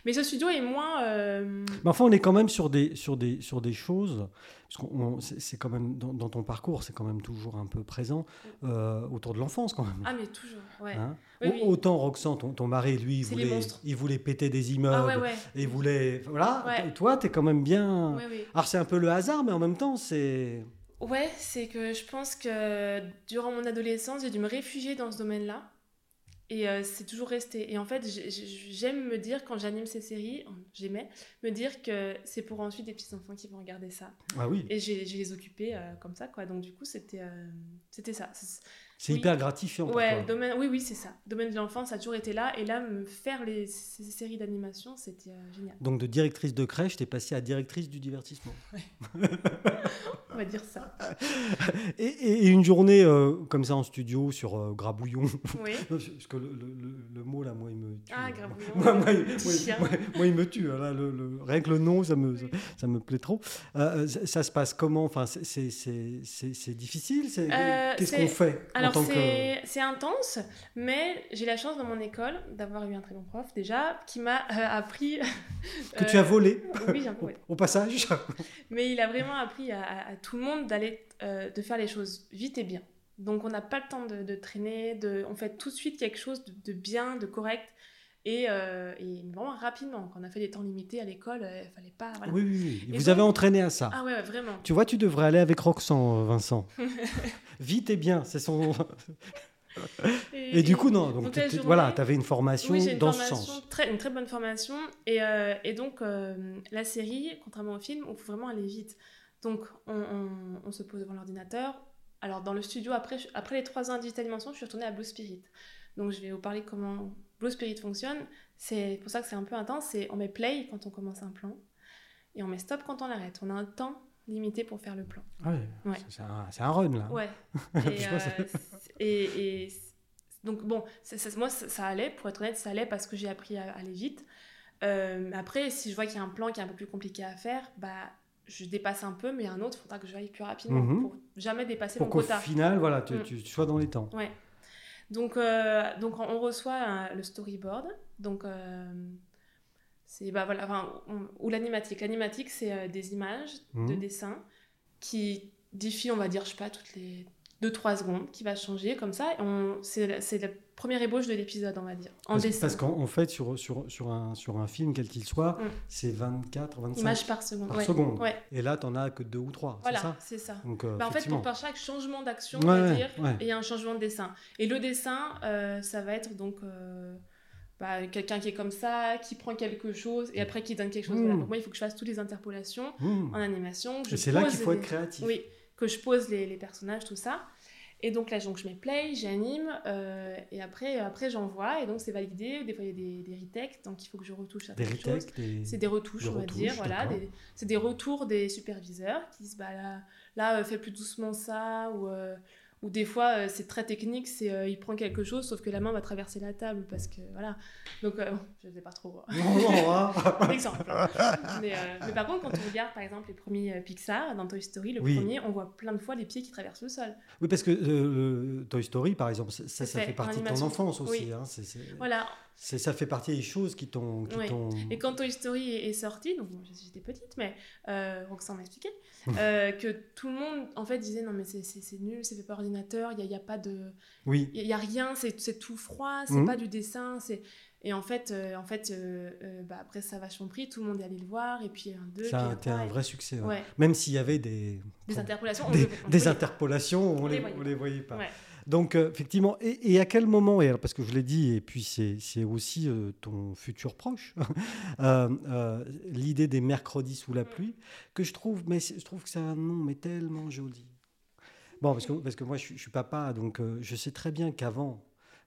Speaker 1: Mais ce studio est moins. euh,
Speaker 2: Mais enfin, on est quand même sur des, sur des, sur des choses, parce qu'on- on- c'est c'est quand même dans, dans ton parcours, c'est quand même toujours un peu présent euh, autour de l'enfance quand même.
Speaker 1: Ah, mais toujours, ouais.
Speaker 2: hein.
Speaker 1: Oui,
Speaker 2: Au-
Speaker 1: oui.
Speaker 2: Autant Roxane, ton, ton mari, lui, il
Speaker 1: C'est les
Speaker 2: voulait,
Speaker 1: monstres.
Speaker 2: il voulait péter des immeubles,
Speaker 1: Ah, ouais, ouais.
Speaker 2: et il voulait, voilà.
Speaker 1: Ouais.
Speaker 2: t- Toi, t'es quand même bien.
Speaker 1: Ouais, ouais.
Speaker 2: Alors c'est un peu le hasard, mais en même temps, c'est
Speaker 1: Ouais, c'est que je pense que durant mon adolescence, j'ai dû me réfugier dans ce domaine-là. Et euh, c'est toujours resté. Et en fait, j'ai- j'ai- j'aime me dire, quand j'anime ces séries, j'aimais, me dire que c'est pour ensuite des petits-enfants qui vont regarder ça.
Speaker 2: ah oui,
Speaker 1: Et j'ai j'ai les occupés euh, comme ça, quoi. Donc, du coup, c'était euh, c'était ça. C'est-
Speaker 2: c'est
Speaker 1: oui.
Speaker 2: hyper gratifiant. pour
Speaker 1: Ouais,
Speaker 2: toi.
Speaker 1: le domaine, oui, oui, c'est ça. Le domaine de l'enfance ça a toujours été là. Et là, me faire les, ces ces séries d'animation, c'était euh, génial.
Speaker 2: Donc de directrice de crèche, t'es passée à directrice du divertissement.
Speaker 1: On va dire ça.
Speaker 2: Et, et- et une journée euh, comme ça en studio sur euh, Grabouillon,
Speaker 1: Oui.
Speaker 2: parce que le, le- le- le mot là, moi, il me tue.
Speaker 1: Ah, magre, voyons,
Speaker 2: Moi, moi,
Speaker 1: le
Speaker 2: il-
Speaker 1: petit
Speaker 2: moi, il-
Speaker 1: chien.
Speaker 2: moi, moi, il me tue. hein, Là, le, le- rien que le nom, ça me, ça, ça me plaît trop. Euh, ça, ça se passe comment enfin, c'est- c'est- C'est c'est- c'est difficile c'est-
Speaker 1: Euh,
Speaker 2: Qu'est-ce
Speaker 1: c'est-
Speaker 2: qu'on fait
Speaker 1: Alors
Speaker 2: en tant que...
Speaker 1: c'est c'est intense, mais j'ai la chance dans mon école d'avoir eu un très bon prof déjà qui m'a euh, appris...
Speaker 2: que
Speaker 1: euh,
Speaker 2: tu as volé
Speaker 1: Oui, j'ai un peu- ouais.
Speaker 2: au passage
Speaker 1: Mais il a vraiment appris à, à- à tout le monde d'aller, euh, de faire les choses vite et bien. Donc on n'a pas le temps de, de traîner, de, on fait tout de suite quelque chose de, de bien, de correct, et, euh, et vraiment rapidement. Quand on a fait des temps limités à l'école, euh, il fallait pas... voilà.
Speaker 2: Oui, oui, oui.
Speaker 1: Et
Speaker 2: Vous
Speaker 1: donc-
Speaker 2: avez entraîné à ça.
Speaker 1: Ah ouais, ouais, vraiment.
Speaker 2: Tu vois, tu devrais aller avec Roxan, euh, Vincent. Vite et bien, c'est son. Et du coup, non. Donc,
Speaker 1: Donc,
Speaker 2: tu
Speaker 1: la
Speaker 2: avais
Speaker 1: journée-
Speaker 2: voilà, t'avais une formation
Speaker 1: Oui, j'ai une
Speaker 2: dans ce
Speaker 1: formation,
Speaker 2: sens.
Speaker 1: Très, une très bonne formation. Et, euh, et donc, euh, la série, contrairement au film, on peut vraiment aller vite. Donc, on, on- on se pose devant l'ordinateur. Alors, dans le studio, après, je- après les trois ans à Digital Dimension, je suis retournée à Blue Spirit. Donc, je vais vous parler comment Blue Spirit fonctionne. C'est pour ça que c'est un peu intense. C'est on met play quand on commence un plan et on met stop quand on l'arrête. On a un temps limité pour faire le plan.
Speaker 2: Ouais,
Speaker 1: Ouais.
Speaker 2: C'est un, c'est un run, là.
Speaker 1: Ouais.
Speaker 2: Hein Je
Speaker 1: Et,
Speaker 2: vois ça.
Speaker 1: euh, c'est- et- et c'est- donc bon, ça- ça- moi ça, ça allait, pour être honnête, ça allait parce que j'ai appris à, aller vite. Euh, après, si je vois qu'il y a un plan qui est un peu plus compliqué à faire, bah je dépasse un peu, mais un autre, il faudra que je aille plus rapidement
Speaker 2: Mhm.
Speaker 1: pour jamais dépasser
Speaker 2: Pour
Speaker 1: mon
Speaker 2: qu'au
Speaker 1: quota.
Speaker 2: final, voilà, tu,
Speaker 1: Mm.
Speaker 2: tu- tu sois dans les temps.
Speaker 1: Ouais. Donc, euh, donc on reçoit euh, le storyboard. Donc, euh, c'est bah voilà, enfin, on- ou l'animatique. L'animatique, c'est euh, des images de
Speaker 2: Mhm.
Speaker 1: dessins qui défient, on va dire, je sais pas, toutes les 2-3 secondes, qui va changer comme ça. Et on- C'est la- c'est la première ébauche de l'épisode, on va dire, en
Speaker 2: parce,
Speaker 1: dessin.
Speaker 2: parce qu'en en fait, sur, sur, sur, un, sur un film, quel qu'il soit,
Speaker 1: Mm.
Speaker 2: c'est 24, 25
Speaker 1: Image par seconde.
Speaker 2: par
Speaker 1: ouais.
Speaker 2: seconde.
Speaker 1: Ouais.
Speaker 2: Et là, tu n'en as que deux ou trois, c'est
Speaker 1: Voilà,
Speaker 2: ça
Speaker 1: c'est ça.
Speaker 2: Donc, euh,
Speaker 1: Bah, en fait,
Speaker 2: effectivement.
Speaker 1: pour par chaque changement d'action, on
Speaker 2: Ouais,
Speaker 1: va
Speaker 2: ouais,
Speaker 1: dire,
Speaker 2: ouais.
Speaker 1: il y a un changement de dessin. Et le dessin, euh, ça va être donc euh, bah, quelqu'un qui est comme ça, qui prend quelque chose et après qui donne quelque chose.
Speaker 2: Mm.
Speaker 1: Voilà. Donc moi, il faut que je fasse toutes les interpolations
Speaker 2: Mm.
Speaker 1: en animation. que
Speaker 2: Et
Speaker 1: je
Speaker 2: c'est là
Speaker 1: pose
Speaker 2: qu'il faut
Speaker 1: les-
Speaker 2: être créatif.
Speaker 1: Oui, que je pose les, les personnages, tout ça. Et donc là, donc, je mets play, j'anime, euh, et après, après j'envoie, et donc c'est validé. Des fois, il y a des, des retakes, donc il faut que je retouche
Speaker 2: Des
Speaker 1: certaines choses.
Speaker 2: retakes, des...
Speaker 1: C'est des retouches,
Speaker 2: Des
Speaker 1: on va
Speaker 2: retouches,
Speaker 1: dire. Voilà,
Speaker 2: d'accord.
Speaker 1: des- c'est des retours des superviseurs qui disent bah là, là, euh, fais plus doucement ça, ou, euh, ou des fois euh, c'est très technique, c'est euh, il prend quelque chose sauf que la main va traverser la table parce que voilà. Donc euh, bon, je ne sais pas trop. euh,
Speaker 2: Non, non, hein.
Speaker 1: un exemple. hein. mais, euh, mais par contre, quand on regarde par exemple les premiers euh, Pixar dans Toy Story, le
Speaker 2: Oui.
Speaker 1: premier, on voit plein de fois les pieds qui traversent le sol.
Speaker 2: Oui, parce que euh, le Toy Story, par exemple, ça, ça,
Speaker 1: C'est
Speaker 2: ça fait
Speaker 1: fait en
Speaker 2: partie de ton
Speaker 1: animation.
Speaker 2: enfance aussi.
Speaker 1: Oui.
Speaker 2: hein, c'est- c'est-
Speaker 1: Voilà.
Speaker 2: c'est- ça fait partie des choses qui t'ont. qui
Speaker 1: Oui.
Speaker 2: t'ont-
Speaker 1: Et quand Toy Story est, est sorti, donc bon, j'étais petite, mais euh, Roxane m'a expliqué,
Speaker 2: Hum.
Speaker 1: euh, que tout le monde en fait disait non mais c'est- c'est c'est nul, c'est fait par ordinateur, il n'y a, y a pas de,
Speaker 2: Oui,
Speaker 1: il y a rien, c'est c'est tout froid, c'est
Speaker 2: Mhm.
Speaker 1: pas du dessin, c'est et en fait euh, en fait euh, euh, bah, après ça a vachement pris, tout le monde est allé le voir et puis un deux,
Speaker 2: ça a
Speaker 1: puis
Speaker 2: été un
Speaker 1: trois,
Speaker 2: vrai succès.
Speaker 1: et-
Speaker 2: ouais.
Speaker 1: ouais,
Speaker 2: Même s'il y avait des,
Speaker 1: des interpolations, on
Speaker 2: des,
Speaker 1: le- on le
Speaker 2: des
Speaker 1: voyait.
Speaker 2: interpolations, on
Speaker 1: On
Speaker 2: ne les,
Speaker 1: les voyait
Speaker 2: on les voyait pas.
Speaker 1: Ouais.
Speaker 2: Donc, euh, effectivement, et, et à quel moment, et alors, parce que je l'ai dit, et puis c'est c'est aussi euh, ton futur proche, euh, euh, l'idée des mercredis sous la
Speaker 1: Mm.
Speaker 2: pluie, que je trouve, mais c'est- je trouve que c'est un nom mais tellement joli. Bon, parce que, parce que moi, je, suis- je suis papa, donc euh, je sais très bien qu'avant,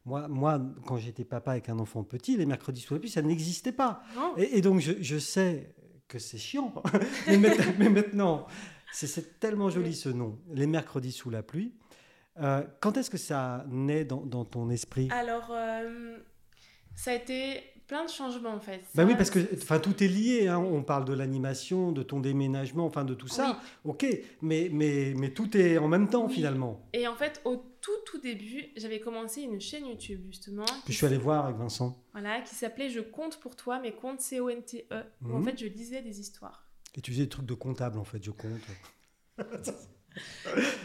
Speaker 2: moi, moi, quand j'étais papa avec un enfant petit, les mercredis sous la pluie, ça n'existait pas.
Speaker 1: Non,
Speaker 2: Et, et donc, je, je sais que c'est chiant, mais, maintenant- mais maintenant, c'est- c'est tellement joli ce nom, les mercredis sous la pluie. Euh, quand est-ce que ça naît dans, dans ton esprit
Speaker 1: Alors euh, ça a été plein de changements en fait.
Speaker 2: Bah
Speaker 1: Ça,
Speaker 2: oui, parce que enfin tout est lié. hein. On parle de l'animation, de ton déménagement, enfin de tout ça. Ok, mais mais mais tout est en même temps
Speaker 1: Oui.
Speaker 2: finalement.
Speaker 1: Et en fait, au tout tout début, j'avais commencé une chaîne YouTube justement.
Speaker 2: Puis je suis allé voir avec Vincent.
Speaker 1: Voilà, qui s'appelait Je compte pour toi, mais compte C-O-N-T-E. E, où En
Speaker 2: Mhm.
Speaker 1: fait, je lisais des histoires.
Speaker 2: Et tu faisais des trucs de comptable en fait, je compte.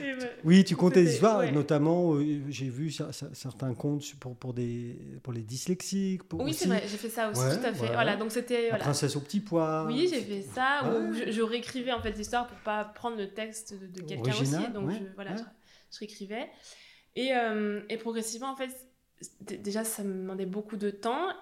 Speaker 1: Et me-
Speaker 2: Oui, tu comptais des
Speaker 1: C'était-
Speaker 2: histoires,
Speaker 1: ouais.
Speaker 2: notamment euh, j'ai vu ça- ça- certains comptes pour, pour, des, pour les dyslexiques. Pour
Speaker 1: Oui,
Speaker 2: aussi
Speaker 1: c'est vrai, j'ai fait ça aussi,
Speaker 2: Ouais,
Speaker 1: tout à fait.
Speaker 2: voilà.
Speaker 1: Voilà, donc c'était.
Speaker 2: La
Speaker 1: Voilà.
Speaker 2: princesse au petit pois.
Speaker 1: Oui, j'ai fait ça,
Speaker 2: Ouais.
Speaker 1: ou je, je réécrivais en fait l'histoire pour pas prendre le texte de, de quelqu'un
Speaker 2: Original,
Speaker 1: aussi. Donc
Speaker 2: ouais,
Speaker 1: je, voilà,
Speaker 2: ouais.
Speaker 1: je, je réécrivais. Et, euh, et progressivement, en fait, d- déjà, ça me demandait beaucoup de temps.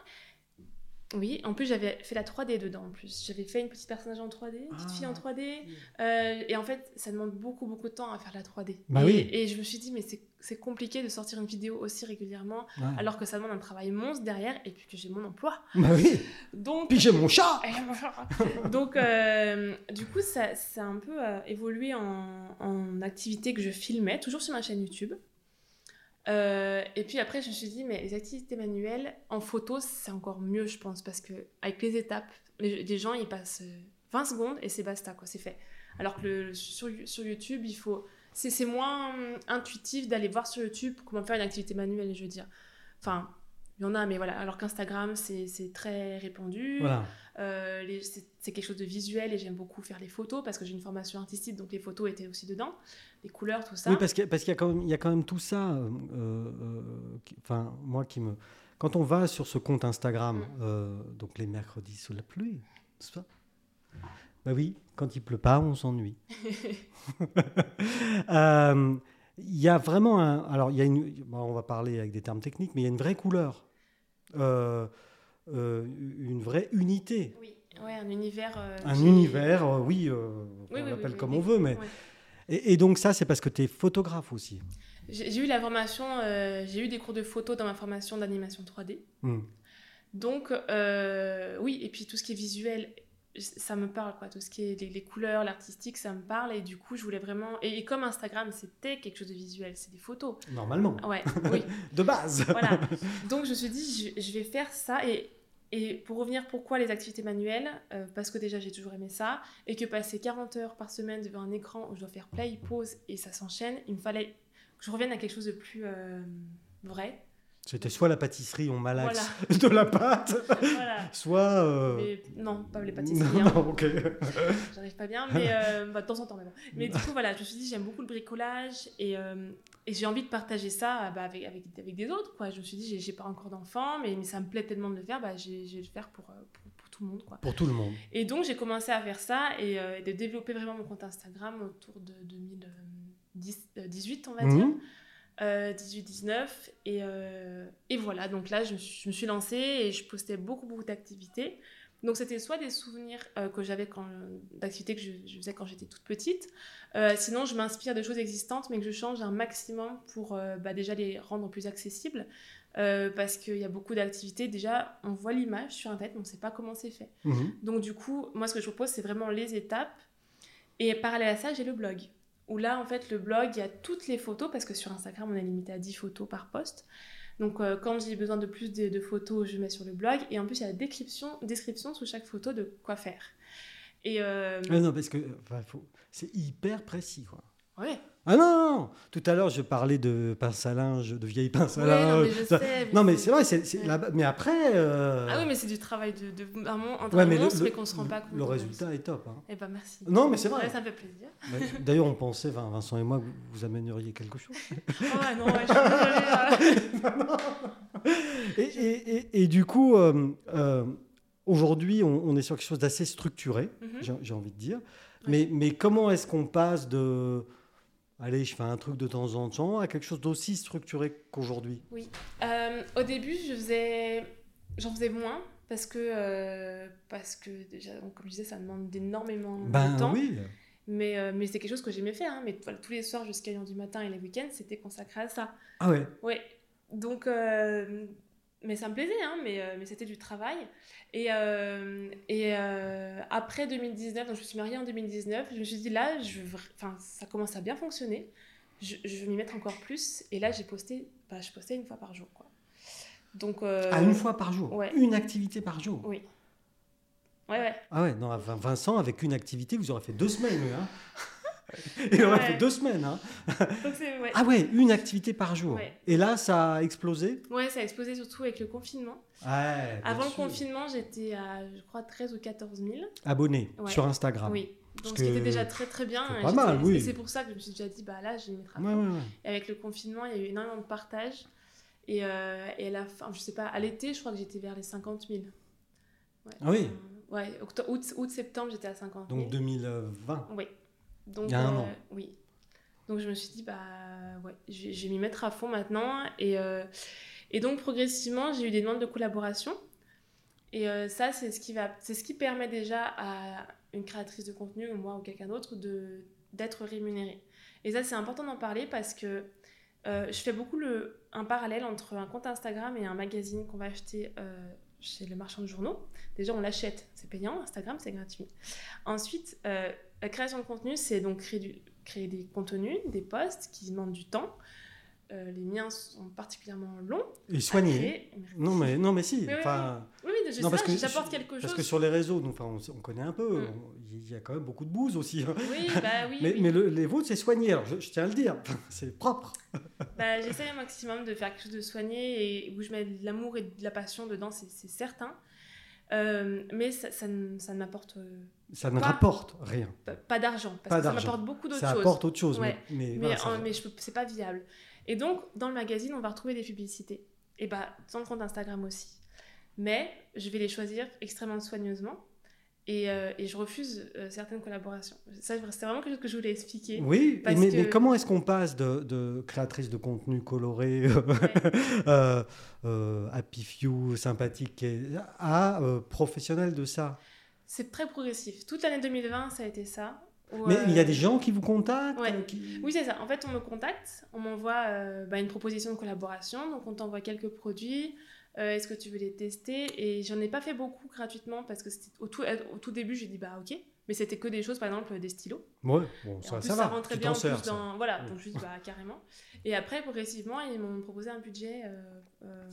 Speaker 1: Oui, en plus, j'avais fait la 3D dedans, en plus. J'avais fait une petite personnage en 3D, une petite fille en
Speaker 2: Ah.
Speaker 1: 3D. Euh, et en fait, ça demande beaucoup, beaucoup de temps à faire la 3D.
Speaker 2: Bah
Speaker 1: et,
Speaker 2: oui.
Speaker 1: et je me suis dit, mais c'est- c'est compliqué de sortir une vidéo aussi régulièrement,
Speaker 2: Ouais.
Speaker 1: alors que ça demande un travail monstre derrière, et puis que j'ai mon emploi.
Speaker 2: Bah oui,
Speaker 1: Donc,
Speaker 2: puis j'ai mon chat.
Speaker 1: donc euh, du coup, ça, ça a un peu euh, évolué en, en activité que je filmais, toujours sur ma chaîne YouTube. Euh, et puis après, je me suis dit, mais les activités manuelles en photo, c'est encore mieux, je pense, parce que avec les étapes, les, les gens ils passent euh, 20 secondes et c'est basta, quoi, c'est fait. Alors que le- sur, sur YouTube, il faut. C'est c'est moins hum, intuitif d'aller voir sur YouTube comment faire une activité manuelle, je veux dire. Enfin, il y en a, mais voilà. Alors qu'Instagram, c'est c'est très répandu.
Speaker 2: Voilà.
Speaker 1: Euh, les- c'est c'est quelque chose de visuel et j'aime beaucoup faire les photos parce que j'ai une formation artistique, donc les photos étaient aussi dedans. Les couleurs, tout ça.
Speaker 2: Oui, parce qu'il y a- parce qu'il y, a quand même- il y a quand même tout ça. euh, euh, qui- Enfin, moi qui me. Quand on va sur ce compte Instagram,
Speaker 1: Mm.
Speaker 2: euh, donc les mercredis sous la pluie, n'est-ce pas Bah oui, quand il pleut pas, on s'ennuie. Euh, Il y a vraiment un. Alors, il y a une. bon, on va parler avec des termes techniques, mais il y a une vraie couleur, Euh, euh, une vraie unité,
Speaker 1: Oui, ouais, un univers. euh,
Speaker 2: un
Speaker 1: qui-
Speaker 2: univers. euh, oui, euh,
Speaker 1: Oui,
Speaker 2: on
Speaker 1: oui, oui,
Speaker 2: l'appelle
Speaker 1: oui,
Speaker 2: comme
Speaker 1: oui.
Speaker 2: on veut, mais.
Speaker 1: Ouais.
Speaker 2: Et, et donc ça, c'est parce que tu es photographe aussi.
Speaker 1: J'ai j'ai eu la formation, euh, j'ai eu des cours de photo dans ma formation d'animation 3D.
Speaker 2: Mm.
Speaker 1: Donc, euh, oui, et puis tout ce qui est visuel, ça me parle, quoi. Tout ce qui est les, les couleurs, l'artistique, ça me parle. Et du coup, je voulais vraiment. Et, et comme Instagram, c'était quelque chose de visuel, c'est des photos.
Speaker 2: Normalement,
Speaker 1: Ouais, oui,
Speaker 2: de base.
Speaker 1: voilà. Donc, je me suis dit, je, je vais faire ça. Et, et pour revenir, pourquoi les activités manuelles Euh, Parce que déjà, j'ai toujours aimé ça. Et que passer 40 heures par semaine devant un écran où je dois faire play, pause et ça s'enchaîne, il me fallait que je revienne à quelque chose de plus euh, vrai.
Speaker 2: C'était soit la pâtisserie, on malaxe
Speaker 1: Voilà.
Speaker 2: de la pâte,
Speaker 1: Voilà.
Speaker 2: soit... euh,
Speaker 1: Mais non, pas les pâtisseries.
Speaker 2: Non,
Speaker 1: hein.
Speaker 2: non, ok.
Speaker 1: J'arrive pas bien, mais euh, bah, de temps en temps. Mais, bon. mais du coup, voilà, je me suis dit, j'aime beaucoup le bricolage et, euh, et j'ai envie de partager ça euh, bah, avec, avec, avec des autres. Quoi. Je me suis dit, j'ai- j'ai pas encore d'enfants, mais, mais ça me plaît tellement de le faire, bah, j'ai- je vais le faire pour, euh, pour, pour tout le monde. Quoi.
Speaker 2: Pour tout le monde.
Speaker 1: Et donc, j'ai commencé à faire ça et euh, de développer vraiment mon compte Instagram autour de euh, 2018, euh, on va dire.
Speaker 2: Mhm.
Speaker 1: Euh, 18-19. Et, euh, et voilà, donc là, je, me suis- je me suis lancée et je postais beaucoup, beaucoup d'activités. Donc, c'était soit des souvenirs euh, que j'avais quand d'activités que je, je faisais quand j'étais toute petite. Euh, sinon, je m'inspire de choses existantes, mais que je change un maximum pour euh, bah, déjà les rendre plus accessibles. Euh, parce qu'il y a beaucoup d'activités. Déjà, on voit l'image sur Internet, mais on ne sait pas comment c'est fait.
Speaker 2: Mhm.
Speaker 1: Donc du coup, moi ce que je propose, c'est vraiment les étapes. Et parallèle à ça, j'ai le blog. Où là, en fait, le blog, il y a toutes les photos, parce que sur Instagram, on est limité à 10 photos par post. Donc euh, quand j'ai besoin de plus de, de photos, je mets sur le blog. Et en plus, il y a la description, description sous chaque photo de quoi faire. Et... euh,
Speaker 2: Ah non, parce que enfin, faut- c'est hyper précis, quoi.
Speaker 1: ouais,
Speaker 2: Ah non, non, non. Tout à l'heure, je parlais de pince à linge, de vieille pince à
Speaker 1: Ouais, non,
Speaker 2: linge.
Speaker 1: mais je
Speaker 2: ça-
Speaker 1: sais, mais
Speaker 2: Non, mais
Speaker 1: c'est-
Speaker 2: c'est vrai, c'est, c'est
Speaker 1: Ouais.
Speaker 2: là-bas. Mais après... euh,
Speaker 1: Ah oui, mais c'est du travail de, de un mon- entre
Speaker 2: ouais,
Speaker 1: un
Speaker 2: mais le-
Speaker 1: monstre,
Speaker 2: le-
Speaker 1: mais qu'on se rend pas compte.
Speaker 2: Le résultat est top. hein.
Speaker 1: Eh ben merci.
Speaker 2: Non, mais c'est vrai.
Speaker 1: Ouais, ça me fait plaisir.
Speaker 2: Mais D'ailleurs, on pensait, enfin, Vincent et moi, que vous, vous amèneriez quelque chose.
Speaker 1: Oh ouais, non, ouais, je suis désolée, euh.
Speaker 2: Et, et- et- et du coup, euh, euh, aujourd'hui, on, on est sur quelque chose d'assez structuré,
Speaker 1: Mhm.
Speaker 2: j'ai j'ai envie de dire. Mais, mais comment est-ce qu'on passe de. Allez, je fais un truc de temps en temps à quelque chose d'aussi structuré qu'aujourd'hui
Speaker 1: Euh, au début, je faisais, j'en faisais moins parce que euh, parce que déjà, donc, comme je disais, ça demande énormément
Speaker 2: Ben
Speaker 1: de temps.
Speaker 2: oui.
Speaker 1: Mais euh, mais c'est quelque chose que j'aimais faire. hein. Mais voilà, tous les soirs jusqu'à 1h du matin et les week-ends, c'était consacré à ça.
Speaker 2: Ah ouais.
Speaker 1: Ouais. Donc euh, mais ça me plaisait, hein, mais, euh, mais c'était du travail. Et, euh, et euh, après 2019, donc je me suis mariée en 2019, je me suis dit là, je, veux vra- enfin, ça commence à bien fonctionner, je, je vais m'y mettre encore plus. Et là, j'ai posté, bah, je postais une fois par jour. Quoi. Donc, euh,
Speaker 2: à Ah, une fois par jour.
Speaker 1: ouais.
Speaker 2: Une activité par jour.
Speaker 1: Oui. Ouais, ouais.
Speaker 2: Ah ouais, non, à Vin- Vincent, avec une activité, vous aurez fait deux semaines, lui, hein. Il aurait
Speaker 1: Ouais.
Speaker 2: fait deux semaines. hein.
Speaker 1: Donc, c'est- ouais.
Speaker 2: Ah ouais, une activité par jour.
Speaker 1: Ouais.
Speaker 2: Et là, ça a explosé
Speaker 1: Ouais, ça a explosé surtout avec le confinement.
Speaker 2: Ouais, bien
Speaker 1: Avant le
Speaker 2: sûr.
Speaker 1: confinement, j'étais à, je crois, 13 ou 14 000.
Speaker 2: Abonné
Speaker 1: Ouais.
Speaker 2: sur Instagram.
Speaker 1: Oui. Donc,
Speaker 2: Ah. Parce
Speaker 1: ce qui
Speaker 2: que
Speaker 1: était déjà très très bien.
Speaker 2: c'est
Speaker 1: Et
Speaker 2: pas
Speaker 1: j'étais-
Speaker 2: mal, oui.
Speaker 1: Et c'est pour ça que je me suis déjà dit, bah là, je vais y mettre à
Speaker 2: Ouais,
Speaker 1: fond.
Speaker 2: ouais, ouais.
Speaker 1: Et avec le confinement, il y a eu énormément de partage. Et, euh, et à la fin, je sais pas, à l'été, je crois que j'étais vers les 50 000. Ouais.
Speaker 2: Ah oui.
Speaker 1: Euh, ouais, octo- août, août, septembre, j'étais à 50 000.
Speaker 2: Donc 2020.
Speaker 1: Oui.
Speaker 2: Hein.
Speaker 1: Donc, euh,
Speaker 2: Il y a un an.
Speaker 1: Oui. Donc je me suis dit, bah ouais, je vais, je vais m'y mettre à fond maintenant. Et, euh, et donc progressivement, j'ai eu des demandes de collaboration. Et euh, ça, c'est ce, qui va, c'est ce qui permet déjà à une créatrice de contenu, ou moi ou quelqu'un d'autre, de, d'être rémunérée. Et ça, c'est important d'en parler parce que euh, je fais beaucoup le, un parallèle entre un compte Instagram et un magazine qu'on va acheter euh, chez le marchand de journaux. Déjà, on l'achète, c'est payant, Instagram, c'est gratuit. Ensuite, euh, la création de contenu, c'est donc créer, du- créer des contenus, des posts qui demandent du temps. euh, les miens sont particulièrement longs.
Speaker 2: Et soigner.
Speaker 1: Après, on-
Speaker 2: Non mais, non mais si,
Speaker 1: oui,
Speaker 2: enfin,
Speaker 1: Oui, mais je
Speaker 2: Non, parce
Speaker 1: sais,
Speaker 2: que-
Speaker 1: pas, j'apporte quelque
Speaker 2: parce
Speaker 1: chose.
Speaker 2: que sur les réseaux, nous, enfin, on, on connaît un peu,
Speaker 1: Mm.
Speaker 2: on- il y a quand même beaucoup de bouse aussi. hein.
Speaker 1: Oui, bah oui.
Speaker 2: mais
Speaker 1: oui.
Speaker 2: mais le- les vôtres, c'est soigné, alors je, je tiens à le dire, c'est propre.
Speaker 1: Bah, J'essaie au maximum de faire quelque chose de soigné et où je mets de l'amour et de la passion dedans, c'est c'est certain. Euh, mais ça, ça ne ça ne m'apporte euh,
Speaker 2: Ça ne
Speaker 1: Pas-
Speaker 2: rapporte rien,
Speaker 1: pas- pas d'argent, parce
Speaker 2: Pas
Speaker 1: que ça
Speaker 2: d'argent.
Speaker 1: m'apporte beaucoup d'autres
Speaker 2: ça
Speaker 1: choses.
Speaker 2: apporte autre chose.
Speaker 1: Ouais.
Speaker 2: Mais, mais
Speaker 1: mais
Speaker 2: voilà, ça-
Speaker 1: en- mais je peux- c'est pas viable. Et donc, dans le magazine, on va retrouver des publicités. Et bah, sur le compte Instagram aussi. Mais je vais les choisir extrêmement soigneusement et, euh, et je refuse euh, certaines collaborations. Ça, c'est vraiment quelque chose que je voulais expliquer.
Speaker 2: Oui, et
Speaker 1: parce
Speaker 2: mais,
Speaker 1: que-
Speaker 2: mais comment est-ce qu'on passe de, de créatrice de contenu coloré,
Speaker 1: Ouais.
Speaker 2: euh, euh, happy few, sympathique, et- à euh, professionnel de ça
Speaker 1: C'est très progressif. Toute l'année 2020, ça a été ça. Où,
Speaker 2: Mais
Speaker 1: euh,
Speaker 2: il y a des gens qui vous contactent
Speaker 1: ouais.
Speaker 2: euh, qui-
Speaker 1: Oui, c'est ça. En fait, on me contacte, on m'envoie euh, bah, une proposition de collaboration, donc on t'envoie quelques produits. Euh, Est-ce que tu veux les tester Et j'en ai pas fait beaucoup gratuitement parce que c'était- au tout, euh, au tout début, j'ai dit bah ok, mais c'était que des choses, par exemple des stylos.
Speaker 2: Ouais, bon,
Speaker 1: Et
Speaker 2: ça,
Speaker 1: en plus,
Speaker 2: ça
Speaker 1: ça,
Speaker 2: va.
Speaker 1: rentrait
Speaker 2: tu
Speaker 1: bien
Speaker 2: t'en
Speaker 1: en plus
Speaker 2: sers, ça.
Speaker 1: dans. Voilà,
Speaker 2: Ouais.
Speaker 1: donc je me suis dit bah carrément. Et après, progressivement, ils m'ont proposé un budget euh, euh,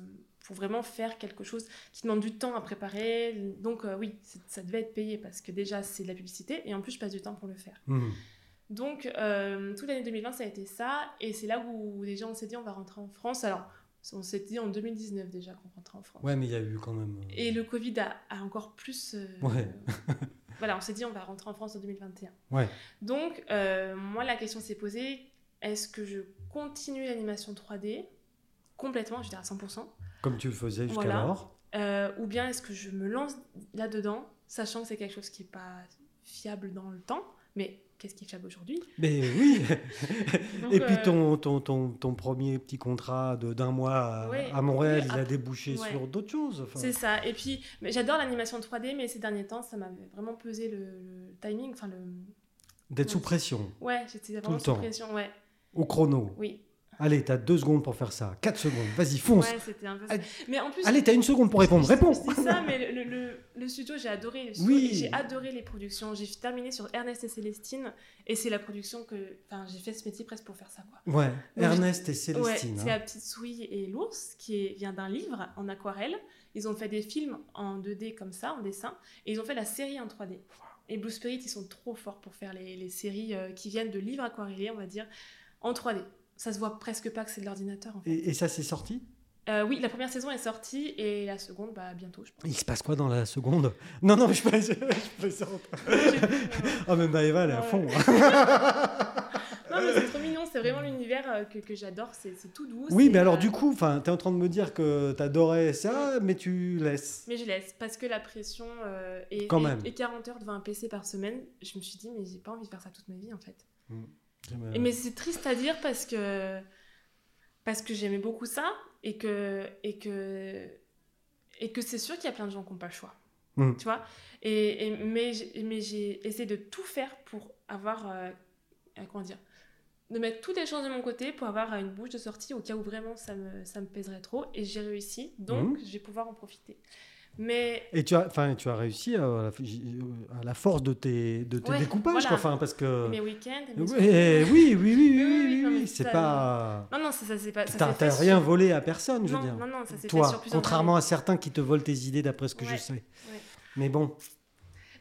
Speaker 1: pour vraiment faire quelque chose qui demande du temps à préparer. Donc euh, oui, c'est- ça devait être payé parce que déjà, c'est de la publicité et en plus, je passe du temps pour le faire.
Speaker 2: Hmm.
Speaker 1: Donc, euh, toute l'année 2020, ça a été ça. Et c'est là où déjà on s'est dit, on va rentrer en France. Alors, on s'est dit en 2019 déjà qu'on rentrait en France.
Speaker 2: Ouais, mais il y a eu quand même. euh,
Speaker 1: Et le Covid a, a encore plus. euh,
Speaker 2: Ouais.
Speaker 1: voilà, on s'est dit, on va rentrer en France en 2021.
Speaker 2: Ouais.
Speaker 1: Donc, euh, moi, la question s'est posée est-ce que je continue l'animation 3D complètement, je dirais à 100%,
Speaker 2: Comme tu le faisais
Speaker 1: Voilà.
Speaker 2: jusqu'alors.
Speaker 1: euh, ou bien est-ce que je me lance là-dedans, sachant que c'est quelque chose qui n'est pas fiable dans le temps, mais qu'est-ce qui est fiable aujourd'hui
Speaker 2: Mais oui
Speaker 1: Donc,
Speaker 2: Et puis
Speaker 1: euh,
Speaker 2: ton, ton, ton, ton premier petit contrat de- d'un mois à,
Speaker 1: Ouais.
Speaker 2: à Montréal,
Speaker 1: Oui,
Speaker 2: il a
Speaker 1: après-
Speaker 2: débouché
Speaker 1: ouais.
Speaker 2: sur d'autres choses. enfin.
Speaker 1: C'est ça. Et puis, mais j'adore l'animation 3D, mais ces derniers temps, ça m'avait vraiment pesé le, le timing. Enfin, le...
Speaker 2: D'être sous pression,
Speaker 1: Ouais, j'étais vraiment
Speaker 2: le
Speaker 1: sous
Speaker 2: temps.
Speaker 1: pression. Ouais,
Speaker 2: au chrono.
Speaker 1: oui.
Speaker 2: Allez, t'as deux secondes pour faire ça. Quatre secondes. Vas-y, fonce.
Speaker 1: Ouais, c'était un peu ça.
Speaker 2: Allez.
Speaker 1: Mais en plus,
Speaker 2: Allez, t'as une seconde pour répondre.
Speaker 1: je-
Speaker 2: Réponds.
Speaker 1: je dis ça, mais le, le- le- le studio, j'ai adoré. le studio
Speaker 2: Oui.
Speaker 1: et J'ai adoré les productions. J'ai terminé sur Ernest et Célestine, et c'est la production que. Enfin, j'ai fait ce métier presque pour faire ça, quoi.
Speaker 2: Ouais,
Speaker 1: je-
Speaker 2: Ernest et
Speaker 1: Ouais,
Speaker 2: Célestine.
Speaker 1: c'est
Speaker 2: hein.
Speaker 1: la petite souris et l'ours qui est- vient d'un livre en aquarelle. Ils ont fait des films en 2D comme ça, en dessin, et ils ont fait la série en 3D. Et Blue Spirit, ils sont trop forts pour faire les, les séries euh, qui viennent de livres aquarellés, on va dire, en 3D. Ça se voit presque pas que c'est de l'ordinateur. en fait.
Speaker 2: Et, et ça, c'est sorti
Speaker 1: Euh, oui, la première saison est sortie et la seconde, bah bientôt, je pense.
Speaker 2: Il se passe quoi dans la seconde Non, non, je plaisante. Je plaisante.
Speaker 1: J'ai plus, euh,
Speaker 2: Ah, mais Maëva, elle est à
Speaker 1: Ouais.
Speaker 2: fond. hein.
Speaker 1: Non, mais c'est trop mignon, c'est vraiment l'univers euh, que, que j'adore, c'est c'est tout doux.
Speaker 2: Oui,
Speaker 1: c'est,
Speaker 2: mais alors
Speaker 1: euh,
Speaker 2: du coup, enfin, t'es en train de me dire que t'adorais ça, mais tu laisses.
Speaker 1: Mais je laisse parce que la pression euh, et,
Speaker 2: Quand
Speaker 1: et-
Speaker 2: même.
Speaker 1: et 40 heures devant un PC par semaine, je me suis dit mais j'ai pas envie de faire ça toute ma vie en fait.
Speaker 2: Jamais-
Speaker 1: Et mais c'est triste à dire parce que parce que j'aimais beaucoup ça et que et que et que c'est sûr qu'il y a plein de gens qui n'ont pas le choix.
Speaker 2: Mm.
Speaker 1: Tu vois et, et- mais j'ai- mais j'ai essayé de tout faire pour avoir euh, euh, comment dire de mettre toutes les chances de mon côté pour avoir euh, une bouche de sortie au cas où vraiment ça me, ça me pèserait trop et j'ai réussi donc
Speaker 2: Mm.
Speaker 1: je vais pouvoir en profiter. Mais
Speaker 2: Et tu as, enfin, tu as réussi à, à la- à la force de tes, de tes
Speaker 1: Ouais,
Speaker 2: découpages,
Speaker 1: voilà.
Speaker 2: quoi, enfin, parce que.
Speaker 1: mes week-ends mes
Speaker 2: Oui,
Speaker 1: soirées-
Speaker 2: eh, oui, oui, oui, oui,
Speaker 1: oui,
Speaker 2: oui,
Speaker 1: non, mais
Speaker 2: oui, c'est
Speaker 1: ça-
Speaker 2: pas.
Speaker 1: non non ça, ça s'est pas ça
Speaker 2: T'as
Speaker 1: s'est fait
Speaker 2: t'as
Speaker 1: sur-
Speaker 2: rien volé à personne, je veux
Speaker 1: non,
Speaker 2: dire.
Speaker 1: non non ça s'est fait sur
Speaker 2: Toi,
Speaker 1: plusieurs
Speaker 2: contrairement à certains qui te volent tes idées d'après ce que je
Speaker 1: Ouais,
Speaker 2: sais. Mais bon,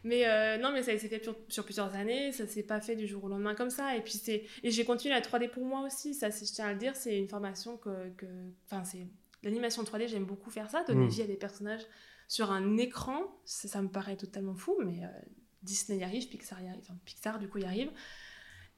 Speaker 1: Mais euh, non, mais ça s'est fait sur, sur plusieurs années, ça s'est pas fait du jour au lendemain comme ça. Et puis c'est et j'ai continué la 3D pour moi aussi, ça c'est- je tiens à le dire, c'est une formation que que- enfin c'est l'animation 3D, j'aime beaucoup faire ça, donner
Speaker 2: Mm.
Speaker 1: vie à des personnages sur un écran, ça, ça me paraît totalement fou, mais euh, Disney y arrive, Pixar y arrive, enfin Pixar du coup y arrive.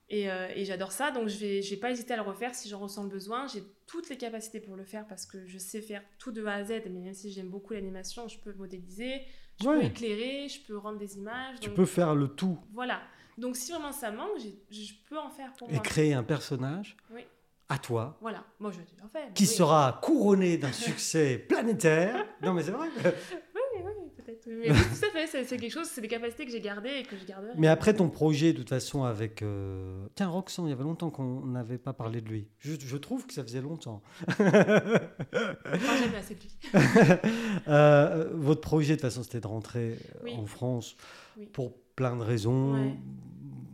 Speaker 1: Et, euh, et j'adore ça, donc je vais, je vais pas hésiter à le refaire si j'en ressens le besoin. J'ai toutes les capacités pour le faire parce que je sais faire tout de A à Z, mais même si j'aime beaucoup l'animation, je peux modéliser, je peux
Speaker 2: Ouais.
Speaker 1: éclairer, je peux rendre des images.
Speaker 2: tu
Speaker 1: donc
Speaker 2: peux faire le tout
Speaker 1: Voilà. Donc si vraiment ça manque, j'ai- je peux en faire pour
Speaker 2: et
Speaker 1: moi.
Speaker 2: créer un personnage
Speaker 1: Oui.
Speaker 2: à toi
Speaker 1: Voilà. Moi, je vais en faire.
Speaker 2: qui
Speaker 1: oui.
Speaker 2: sera couronné d'un succès planétaire. Non, mais c'est vrai.
Speaker 1: Oui, oui, peut-être. oui. Mais oui, tout à fait. C'est c'est quelque chose, c'est des capacités que j'ai gardées et que je garderai.
Speaker 2: Mais après ton projet, de toute façon, avec. euh, Tiens, Roxan, il y avait longtemps qu'on n'avait pas parlé de lui. Je, je trouve que ça faisait longtemps.
Speaker 1: Enfin, j'aime assez de lui.
Speaker 2: Euh, votre projet, de toute façon, c'était de rentrer euh,
Speaker 1: Oui.
Speaker 2: en France
Speaker 1: Oui.
Speaker 2: pour plein de raisons.
Speaker 1: Ouais.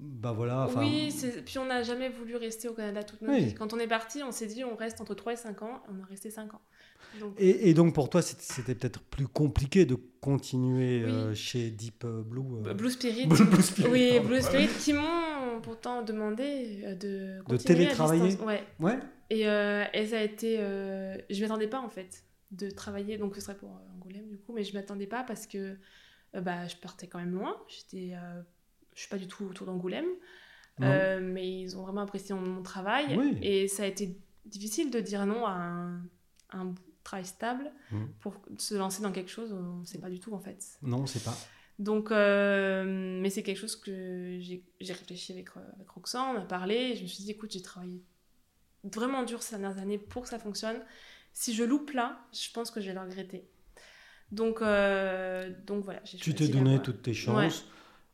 Speaker 2: bah voilà. enfin,
Speaker 1: Oui, c'est- puis on n'a jamais voulu rester au Canada toute notre
Speaker 2: Oui.
Speaker 1: vie. Quand on est parti, on s'est dit on reste entre 3 et 5 ans, on est resté 5 ans. Donc,
Speaker 2: Et, et donc pour toi, c'était- c'était peut-être plus compliqué de continuer
Speaker 1: Oui. Bah,
Speaker 2: euh, chez Deep euh, Blue. euh,
Speaker 1: Blue Spirit,
Speaker 2: Blue Spirit,
Speaker 1: oui,
Speaker 2: pardon.
Speaker 1: Blue Spirit, qui m'ont pourtant demandé euh, de continuer à
Speaker 2: télétravailler.
Speaker 1: distance. Ouais.
Speaker 2: Ouais.
Speaker 1: Et, euh, et ça a été. euh, je m'attendais pas en fait de travailler, donc ce serait pour euh, Angoulême du coup, mais je m'attendais pas parce que euh, bah, je partais quand même loin. J'étais, euh, je suis pas du tout autour d'Angoulême,
Speaker 2: Non.
Speaker 1: Euh, mais ils ont vraiment apprécié mon- mon travail
Speaker 2: Oui.
Speaker 1: et ça a été difficile de dire non à un, un travail stable
Speaker 2: Mm.
Speaker 1: pour se lancer dans quelque chose, on sait pas du tout en fait.
Speaker 2: Non, c'est pas.
Speaker 1: Donc, euh, mais c'est quelque chose que j'ai j'ai réfléchi avec, euh, avec Roxane, on a parlé, et je me suis dit, écoute, j'ai travaillé vraiment dur ces dernières années pour que ça fonctionne. Si je loupe là, je pense que je vais le regretter. Donc, euh, donc voilà. j'ai
Speaker 2: Tu t'es
Speaker 1: choisi la
Speaker 2: donné
Speaker 1: voie.
Speaker 2: toutes tes chances.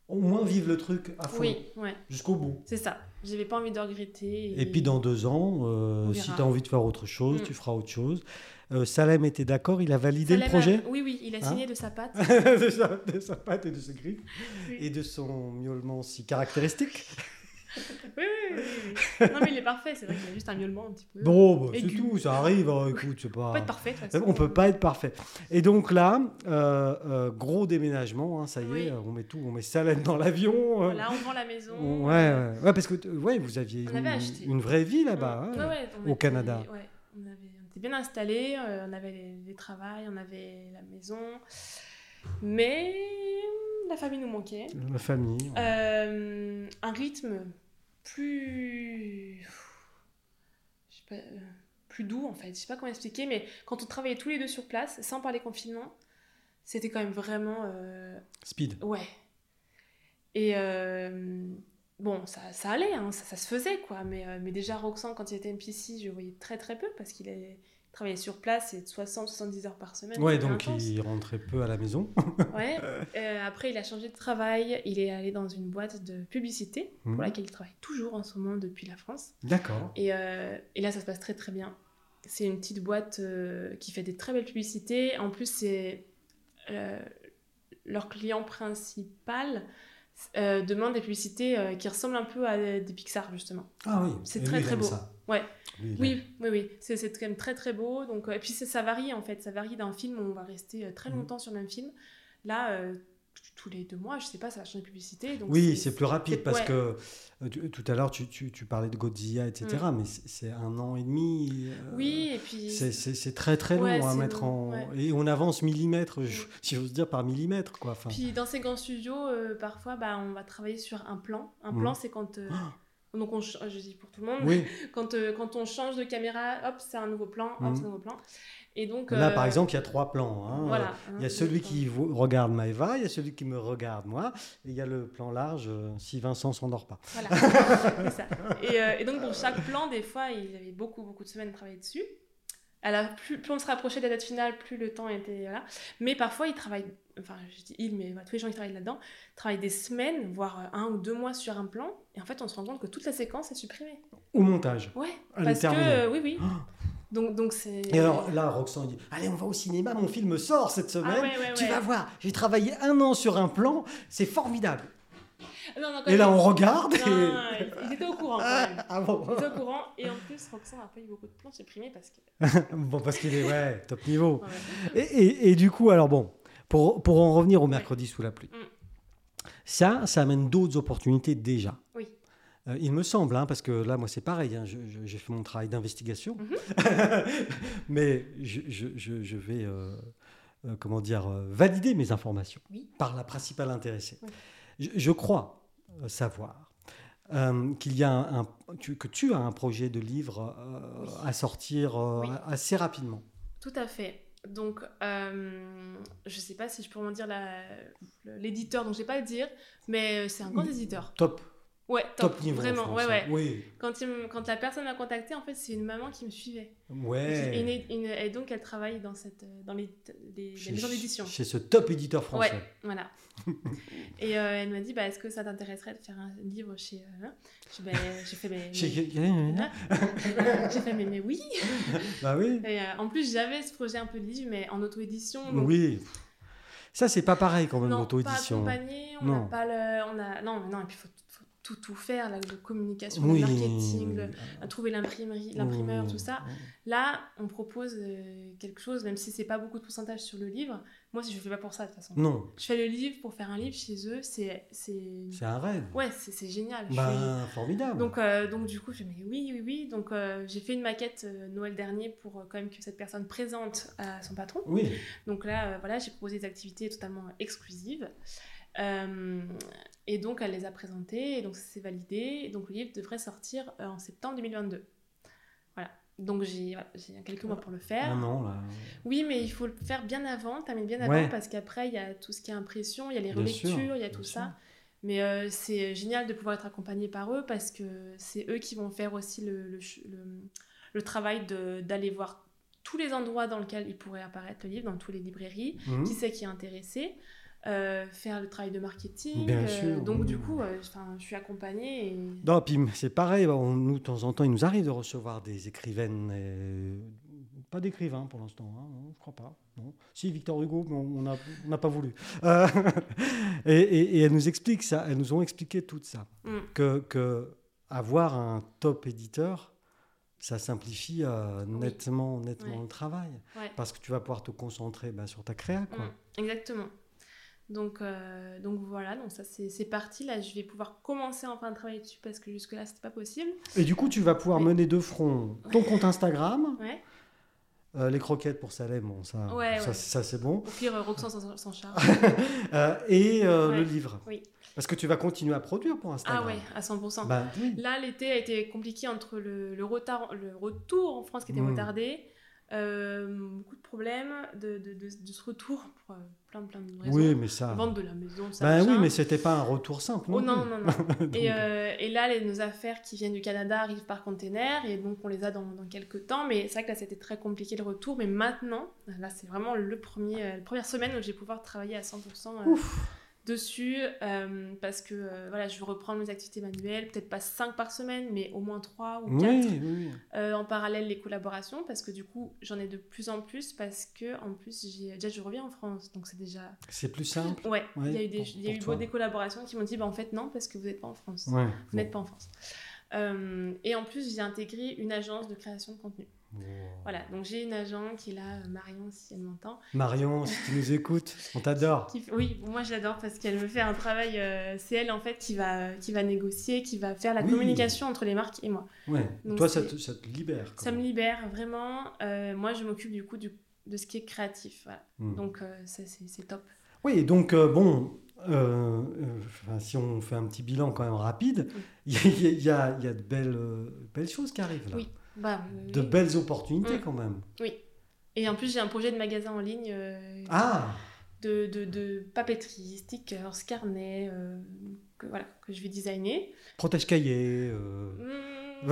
Speaker 2: Au moins vivre le truc à fond,
Speaker 1: Oui, ouais,
Speaker 2: jusqu'au bout.
Speaker 1: c'est ça. J'avais pas envie de regretter.
Speaker 2: Et puis dans deux ans, euh,
Speaker 1: On
Speaker 2: si
Speaker 1: verra.
Speaker 2: tu as envie de faire autre chose,
Speaker 1: Mm.
Speaker 2: tu feras autre chose. Euh, Salem était d'accord, il a validé le
Speaker 1: Salem a-
Speaker 2: projet
Speaker 1: Oui, oui, il a
Speaker 2: Hein
Speaker 1: signé de sa patte.
Speaker 2: de, sa, de sa patte et de ses griffes
Speaker 1: Oui.
Speaker 2: et de son miaulement si caractéristique.
Speaker 1: Oui, oui, oui, oui, oui. Non, mais il est parfait, c'est vrai qu'il a juste un miaulement un petit peu.
Speaker 2: Bon, bah, c'est
Speaker 1: Aigu.
Speaker 2: tout, ça arrive. hein, écoute, c'est
Speaker 1: On peut pas être parfait, de toute façon.
Speaker 2: On peut pas être parfait. Et donc là, euh, euh, gros déménagement, hein, ça y
Speaker 1: Oui.
Speaker 2: est, euh, on met tout, on met Salem dans l'avion. euh,
Speaker 1: Voilà, on vend la maison.
Speaker 2: on- ouais, ouais, ouais, parce que euh, ouais, vous aviez
Speaker 1: On avait
Speaker 2: une,
Speaker 1: acheté.
Speaker 2: une vraie vie là-bas.
Speaker 1: On-
Speaker 2: hein.
Speaker 1: ouais, ouais, on
Speaker 2: au Canada.
Speaker 1: ouais, on, avait- on était bien installés, euh, on avait les, les travails, on avait la maison. Mais la famille nous manquait.
Speaker 2: La famille. ouais.
Speaker 1: Euh, un rythme plus. Je sais pas, euh, plus doux en fait. Je sais pas comment expliquer, mais quand on travaillait tous les deux sur place, sans parler confinement, c'était quand même vraiment. euh,
Speaker 2: Speed.
Speaker 1: Ouais. Et euh, bon, ça, ça allait, hein, ça, ça se faisait, quoi. Mais, euh, mais déjà, Roxane, quand il était MPC, je le voyais très très peu parce qu'il est- il travaillait sur place et de 60-70 heures par semaine.
Speaker 2: Ouais,
Speaker 1: c'était
Speaker 2: donc
Speaker 1: intense.
Speaker 2: il rentrait peu à la maison.
Speaker 1: Ouais. Euh, après, il a changé de travail, il est allé dans une boîte de publicité
Speaker 2: Mhm.
Speaker 1: pour laquelle il travaille toujours en ce moment depuis la France.
Speaker 2: Mmh. D'accord.
Speaker 1: Et, euh, et là, ça se passe très très bien. C'est une petite boîte euh, qui fait des très belles publicités. En plus, c'est euh, leur client principal euh, demande des publicités euh, qui ressemblent un peu à des Pixar justement.
Speaker 2: Ah oui.
Speaker 1: C'est
Speaker 2: et lui,
Speaker 1: très,
Speaker 2: il
Speaker 1: très
Speaker 2: aime
Speaker 1: beau.
Speaker 2: ça.
Speaker 1: Ouais.
Speaker 2: Lui, il aime.
Speaker 1: Oui, oui, oui. C'est c'est quand même très très beau. Donc, euh, et puis c'est- ça varie en fait. Ça varie d'un film où on va rester euh, très
Speaker 2: Mhm.
Speaker 1: longtemps sur le même film. Là, euh, t- tous les deux mois, je sais pas, ça va changer de publicité. Donc
Speaker 2: Oui, c'est plus rapide
Speaker 1: c'est-
Speaker 2: parce
Speaker 1: ouais.
Speaker 2: que euh, tu- tout à l'heure tu, tu- tu parlais de Godzilla, etc. Mais c'est c'est un an et demi. euh,
Speaker 1: Mmh. Oui, et puis.
Speaker 2: C'est- C'est c'est très très long
Speaker 1: Ouais,
Speaker 2: à
Speaker 1: c'est
Speaker 2: mettre en.
Speaker 1: long, ouais.
Speaker 2: Et on avance millimètre, je-
Speaker 1: Mm.
Speaker 2: si j'ose dire, par millimètre. Quoi. Enfin,
Speaker 1: Puis dans ces grands studios, euh, parfois, bah, on va travailler sur un plan. Un
Speaker 2: Mhm.
Speaker 1: plan, c'est quand. euh, donc, on, ch- je dis pour tout le monde,
Speaker 2: oui,
Speaker 1: quand, euh, quand on change de caméra, hop, c'est un nouveau plan, hop,
Speaker 2: Mhm.
Speaker 1: c'est un nouveau plan. Et donc.
Speaker 2: là
Speaker 1: euh,
Speaker 2: par exemple, il y a trois plans. hein.
Speaker 1: voilà. euh,
Speaker 2: Il y a celui qui vo- regarde Maeva, il y a celui qui me regarde moi, et il y a le plan large euh, si Vincent s'endort pas.
Speaker 1: Voilà, c'est ça. Et, euh, et donc, pour chaque plan, des fois, il y avait beaucoup, beaucoup de semaines de travailler dessus. À la- plus, plus on se rapprochait de la date finale, plus le temps était là. Mais parfois, ils travaillent, enfin, je dis ils, mais voilà, tous les gens qui travaillent là-dedans, travaillent des semaines, voire euh, un ou deux mois sur un plan. Et en fait, on se rend compte que toute la séquence est supprimée.
Speaker 2: Au montage.
Speaker 1: Ouais,
Speaker 2: Elle est
Speaker 1: parce que,
Speaker 2: terminée.
Speaker 1: euh, oui, oui.
Speaker 2: Ah.
Speaker 1: Donc, donc c'est.
Speaker 2: Et alors là, Roxane dit Allez, on va au cinéma, mon film sort cette
Speaker 1: Ah,
Speaker 2: semaine.
Speaker 1: ouais, ouais,
Speaker 2: Tu
Speaker 1: ouais.
Speaker 2: vas voir, j'ai travaillé un an sur un plan, c'est formidable.
Speaker 1: Ah, Non, non, quand
Speaker 2: Et là,
Speaker 1: même.
Speaker 2: on regarde.
Speaker 1: Non,
Speaker 2: Et...
Speaker 1: non, non, ils étaient au courant quand même.
Speaker 2: Ah bon,
Speaker 1: Ils étaient au courant. Et en plus, Roxane n'a pas eu beaucoup de plans supprimés parce que.
Speaker 2: Bon, parce qu'il est ouais, top niveau.
Speaker 1: Ouais.
Speaker 2: Et, et- et du coup, alors bon, pour, pour en revenir au mercredi sous la pluie, ça, ça amène d'autres opportunités déjà.
Speaker 1: Mm. Oui.
Speaker 2: Euh, il me semble, hein, parce que là, moi, c'est pareil, hein, je- je- j'ai fait mon travail d'investigation,
Speaker 1: Mhm.
Speaker 2: mais je, je- je- je vais, euh, euh, comment dire, euh, valider mes informations
Speaker 1: Oui.
Speaker 2: par la principale intéressée.
Speaker 1: Oui.
Speaker 2: Je, je crois euh, savoir euh, qu'il y a un, un- tu- que tu as un projet de livre euh,
Speaker 1: Oui.
Speaker 2: à sortir euh,
Speaker 1: Oui.
Speaker 2: assez rapidement.
Speaker 1: Tout à fait. Donc, euh, je sais pas si je peux en dire la- l'éditeur, donc je vais pas le dire, mais euh, c'est un grand éditeur.
Speaker 2: Top,
Speaker 1: Ouais,
Speaker 2: top,
Speaker 1: top,
Speaker 2: niveau. en
Speaker 1: vraiment,
Speaker 2: France,
Speaker 1: ouais,
Speaker 2: hein.
Speaker 1: ouais.
Speaker 2: Oui.
Speaker 1: Quand, il me- quand la personne m'a contacté, en fait, c'est une maman qui me suivait.
Speaker 2: Ouais.
Speaker 1: Et, une- une- et donc, elle travaille dans, cette, euh, dans les, les- les
Speaker 2: Chez-
Speaker 1: maisons d'édition.
Speaker 2: Chez ce top éditeur français.
Speaker 1: Ouais, voilà. et euh, elle m'a dit, bah, est-ce que ça t'intéresserait de faire un livre chez... euh, hein Je dis, bah, J'ai fait mes...
Speaker 2: Chez...
Speaker 1: mes- J'ai fait, mais, mais oui
Speaker 2: Bah oui.
Speaker 1: Et, euh, En plus, j'avais ce projet un peu de livre, mais en auto-édition. donc
Speaker 2: Oui. Ça, c'est pas pareil quand même,
Speaker 1: non,
Speaker 2: l'auto-édition.
Speaker 1: pas accompagné, on
Speaker 2: Non.
Speaker 1: n'a pas le... On a, non, non, et puis faut, faut tout tout faire, la, la communication, le marketing, le- à trouver l'imprimerie, l'imprimeur, tout ça. Là, on propose euh, quelque chose, même si c'est pas beaucoup de pourcentage sur le livre. Moi, je le fais pas pour ça de toute façon.
Speaker 2: Non,
Speaker 1: Je fais le livre pour faire un livre chez eux, c'est c'est
Speaker 2: c'est un rêve.
Speaker 1: ouais, c'est c'est génial. Je suis-
Speaker 2: Bah, formidable.
Speaker 1: donc, euh, donc du coup, je me dis oui, oui, oui. Donc euh, j'ai fait une maquette euh, Noël dernier pour euh, quand même que cette personne présente à son patron.
Speaker 2: Oui,
Speaker 1: Donc là, euh, voilà, j'ai proposé des activités totalement exclusives. Euh, et donc elle les a présentées, et donc ça s'est validé. Et donc le livre devrait sortir euh, en septembre 2022. Voilà. Donc j'ai voilà, j'ai quelques mois pour le faire.
Speaker 2: un an Ah là.
Speaker 1: Oui, mais il faut le faire bien avant, termine bien avant,
Speaker 2: Ouais.
Speaker 1: parce qu'après, il y a tout ce qui est impression, il y a les
Speaker 2: Bien sûr,
Speaker 1: relectures, il y a
Speaker 2: bien
Speaker 1: tout
Speaker 2: sûr.
Speaker 1: ça. Mais euh, c'est génial de pouvoir être accompagné par eux, parce que c'est eux qui vont faire aussi le, le ch- le- le travail de- d'aller voir tous les endroits dans lesquels il pourrait apparaître le livre, dans toutes les librairies,
Speaker 2: Mhm.
Speaker 1: qui c'est qui est intéressé, euh, faire le travail de marketing.
Speaker 2: Bien
Speaker 1: euh,
Speaker 2: sûr,
Speaker 1: donc
Speaker 2: oui.
Speaker 1: du coup, euh, 'fin, je suis accompagnée. Et...
Speaker 2: Non, puis c'est pareil, on- nous, de temps en temps, il nous arrive de recevoir des écrivaines, euh, pas d'écrivains pour l'instant, hein, non, je crois pas. non. Si, Victor Hugo, mais on n'a on n'a pas voulu. Euh, et, et- et elles nous expliquent ça, elles nous ont expliqué tout ça,
Speaker 1: Mm.
Speaker 2: que, que avoir un top éditeur, ça simplifie euh, nettement, nettement
Speaker 1: Ouais.
Speaker 2: le travail,
Speaker 1: Ouais.
Speaker 2: parce que tu vas pouvoir te concentrer bah, sur ta créa, quoi.
Speaker 1: Mm, exactement. Donc, euh, donc voilà, donc ça c'est c'est parti. Là, je vais pouvoir commencer enfin de travailler dessus parce que jusque-là, c'était pas possible.
Speaker 2: Et du coup, tu vas pouvoir
Speaker 1: Oui.
Speaker 2: mener de front ton compte Instagram,
Speaker 1: Ouais.
Speaker 2: euh, les croquettes pour Salem, bon, ça,
Speaker 1: Ouais,
Speaker 2: ça,
Speaker 1: ouais.
Speaker 2: ça, c'est bon,
Speaker 1: Au pire, euh, Roxane s'en- s'en charge.
Speaker 2: Euh, et euh,
Speaker 1: Ouais.
Speaker 2: le livre.
Speaker 1: Oui.
Speaker 2: Parce que tu vas continuer à produire pour Instagram.
Speaker 1: ah ouais, à 100%.
Speaker 2: Bah, oui.
Speaker 1: Là, l'été a été compliqué entre le, le retard, le retour en France qui était
Speaker 2: Mm.
Speaker 1: retardé, euh, beaucoup de problèmes de, de, de- de ce retour pour euh, plein plein de raisons.
Speaker 2: Oui, mais ça.
Speaker 1: Vente de la maison, ça.
Speaker 2: Bah oui,
Speaker 1: machin.
Speaker 2: mais c'était pas un retour simple.
Speaker 1: Oh non,
Speaker 2: plus.
Speaker 1: non, non.
Speaker 2: Donc,
Speaker 1: Et, euh, et là, les, nos affaires qui viennent du Canada arrivent par container et donc on les a dans, dans quelques temps. Mais c'est vrai que là, c'était très compliqué le retour. Mais maintenant, là, c'est vraiment le premier, euh, la première semaine où je vais pouvoir travailler à 100% euh, dessus euh, parce que euh, voilà, je veux reprendre mes activités manuelles. Peut-être pas 5 par semaine, mais au moins 3 ou 4.
Speaker 2: Oui, oui.
Speaker 1: Euh, en parallèle, les collaborations parce que du coup, j'en ai de plus en plus parce que en plus, j'ai- déjà, je reviens en France. Donc c'est déjà.
Speaker 2: C'est plus simple.
Speaker 1: Ouais, il y a eu, des,
Speaker 2: pour-
Speaker 1: il y a
Speaker 2: pour
Speaker 1: eu
Speaker 2: toi.
Speaker 1: des collaborations qui m'ont dit bah, en fait, non, parce que vous n'êtes pas en France.
Speaker 2: Ouais.
Speaker 1: Vous n'êtes pas en France. Euh, et en plus, j'ai intégré une agence de création de contenu.
Speaker 2: Bon.
Speaker 1: Voilà, donc j'ai une agence qui est là, euh, Marion, si elle m'entend.
Speaker 2: Marion, si tu nous écoutes, on t'adore.
Speaker 1: qui fait- Oui, moi je l'adore parce qu'elle me fait un travail. euh, c'est elle en fait qui va, qui va négocier, qui va faire la
Speaker 2: Oui.
Speaker 1: communication entre les marques et moi.
Speaker 2: Ouais.
Speaker 1: Donc
Speaker 2: Toi, ça
Speaker 1: c'est-
Speaker 2: te, ça te libère. quand
Speaker 1: Ça me
Speaker 2: même.
Speaker 1: libère vraiment. Euh, moi je m'occupe du coup du, de ce qui est créatif. Voilà.
Speaker 2: Mm.
Speaker 1: Donc euh, ça, c'est c'est top.
Speaker 2: Oui, donc euh, bon, euh, euh, enfin, si on fait un petit bilan quand même rapide,
Speaker 1: Oui.
Speaker 2: il y a, il y a- il y a de belles, euh, belles choses qui arrivent là.
Speaker 1: Oui, Bah, oui,
Speaker 2: De
Speaker 1: oui.
Speaker 2: belles opportunités
Speaker 1: Mm.
Speaker 2: quand même.
Speaker 1: Et en plus j'ai un projet de magasin en ligne euh,
Speaker 2: Ah,
Speaker 1: de, de, de papeterie, stickers, carnets, euh, que, voilà, que je vais designer.
Speaker 2: protège cahier. euh,
Speaker 1: Mmh,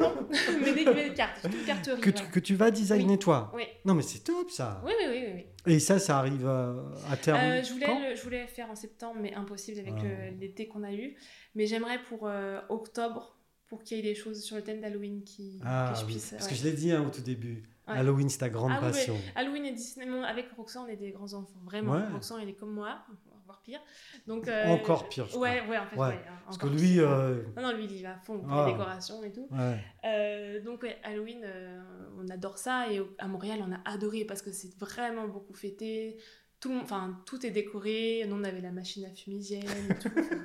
Speaker 1: non, mais des, mais des cartes, toute une carterie.
Speaker 2: que,
Speaker 1: voilà.
Speaker 2: tu, que tu vas designer toi.
Speaker 1: Oui.
Speaker 2: Non mais c'est top ça.
Speaker 1: Oui, oui, oui. oui, oui.
Speaker 2: Et ça, ça arrive euh, à terme.
Speaker 1: Euh, je,
Speaker 2: quand
Speaker 1: voulais le, je voulais le faire en septembre, mais impossible avec
Speaker 2: Ah.
Speaker 1: le- l'été qu'on a eu. Mais j'aimerais pour euh, octobre, pour qu'il y ait des choses sur le thème d'Halloween qui,
Speaker 2: Ah
Speaker 1: que je
Speaker 2: oui,
Speaker 1: puisse.
Speaker 2: parce
Speaker 1: ouais.
Speaker 2: que je l'ai dit hein, au tout début.
Speaker 1: Ouais.
Speaker 2: Halloween, c'est ta grande
Speaker 1: Ah oui,
Speaker 2: passion.
Speaker 1: Halloween et Disney, mon- avec Roxane, on est des grands enfants, vraiment.
Speaker 2: Ouais.
Speaker 1: Roxane, elle est comme moi, voire pire. Donc, euh,
Speaker 2: Encore pire. je crois.
Speaker 1: Ouais, ouais, en fait,
Speaker 2: Ouais.
Speaker 1: ouais, hein,
Speaker 2: Parce que
Speaker 1: encore
Speaker 2: lui,
Speaker 1: pire.
Speaker 2: euh,
Speaker 1: Non, non, lui, il y va à fond pour
Speaker 2: Ah.
Speaker 1: les décorations et tout.
Speaker 2: ouais.
Speaker 1: Euh, donc ouais, Halloween, euh, on adore ça et au- à Montréal on a adoré parce que c'est vraiment beaucoup fêté. Tout, le monde- enfin, tout est décoré. Nous on avait la machine à fumigène et tout. enfin.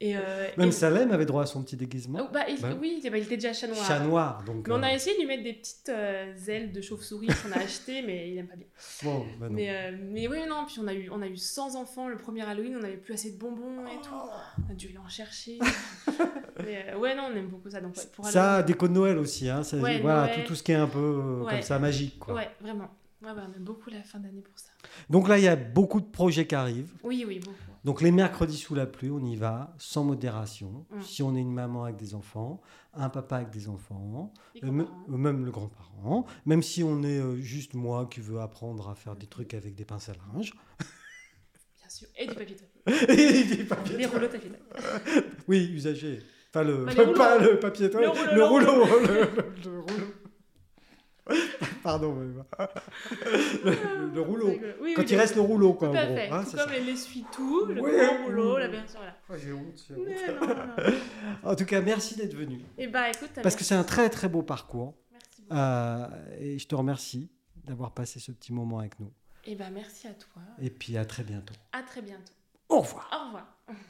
Speaker 1: et, euh,
Speaker 2: même
Speaker 1: et-
Speaker 2: Salem avait droit à son petit déguisement.
Speaker 1: Oh, bah, il-
Speaker 2: Bah.
Speaker 1: oui, il était- bah, il était déjà chat noir.
Speaker 2: Chat noir, donc.
Speaker 1: Mais on a
Speaker 2: euh,
Speaker 1: essayé de lui mettre des petites euh, ailes de chauve-souris qu'on a achetées, mais il aime pas bien.
Speaker 2: bon, bah non.
Speaker 1: Mais, euh, mais oui, non, puis on a, eu, on a eu 100 enfants le premier Halloween, on n'avait plus assez de bonbons
Speaker 2: Oh.
Speaker 1: et tout. On a dû en chercher. mais euh, ouais, non, on aime beaucoup ça. Donc, ouais, pour
Speaker 2: ça,
Speaker 1: Halloween-
Speaker 2: déco de Noël aussi. Hein, ça-
Speaker 1: Ouais,
Speaker 2: voilà,
Speaker 1: Noël.
Speaker 2: tout, tout ce qui est un peu euh,
Speaker 1: Ouais.
Speaker 2: comme ça, magique. Quoi.
Speaker 1: Ouais, vraiment. Ouais, ouais, on aime beaucoup la fin d'année pour ça.
Speaker 2: Donc là, il y a beaucoup de projets qui arrivent.
Speaker 1: Oui, oui, beaucoup.
Speaker 2: Donc les mercredis sous la pluie, on y va sans modération.
Speaker 1: Mm.
Speaker 2: Si on est une maman avec des enfants, un papa avec des enfants,
Speaker 1: Les
Speaker 2: euh, me-
Speaker 1: grands-parents.
Speaker 2: euh, même le grand-parent, même si on est euh, juste moi qui veux apprendre à faire des trucs avec des pinces à linge.
Speaker 1: Bien sûr. Et du papier toilette.
Speaker 2: Et des papiers
Speaker 1: Les
Speaker 2: toilettes.
Speaker 1: rouleaux de papier toilette.
Speaker 2: Oui, usagé. Enfin, le,
Speaker 1: Bah, les rouleaux.
Speaker 2: pas le papier toilette,
Speaker 1: Le
Speaker 2: le
Speaker 1: rouleau.
Speaker 2: rouleau. le- le- le rouleau. Pardon. mais- le, le rouleau.
Speaker 1: Oui, oui,
Speaker 2: Quand
Speaker 1: oui,
Speaker 2: il reste le rouleau, quoi,
Speaker 1: Tout
Speaker 2: en
Speaker 1: à
Speaker 2: gros.
Speaker 1: fait.
Speaker 2: hein,
Speaker 1: tout
Speaker 2: c'est
Speaker 1: comme
Speaker 2: ça.
Speaker 1: l'essuie-tout, le
Speaker 2: Oui.
Speaker 1: grand rouleau, la version là.
Speaker 2: Oh, j'ai honte, j'ai honte.
Speaker 1: Mais non, non, non.
Speaker 2: En tout cas, merci d'être venu.
Speaker 1: Eh ben, écoute, t'as
Speaker 2: Parce que
Speaker 1: bien-
Speaker 2: c'est un très très beau parcours.
Speaker 1: merci beaucoup.
Speaker 2: Euh, et je te remercie d'avoir passé ce petit moment avec nous.
Speaker 1: Eh ben, merci à toi.
Speaker 2: Et puis à très bientôt.
Speaker 1: À très bientôt.
Speaker 2: Au revoir.
Speaker 1: Au revoir.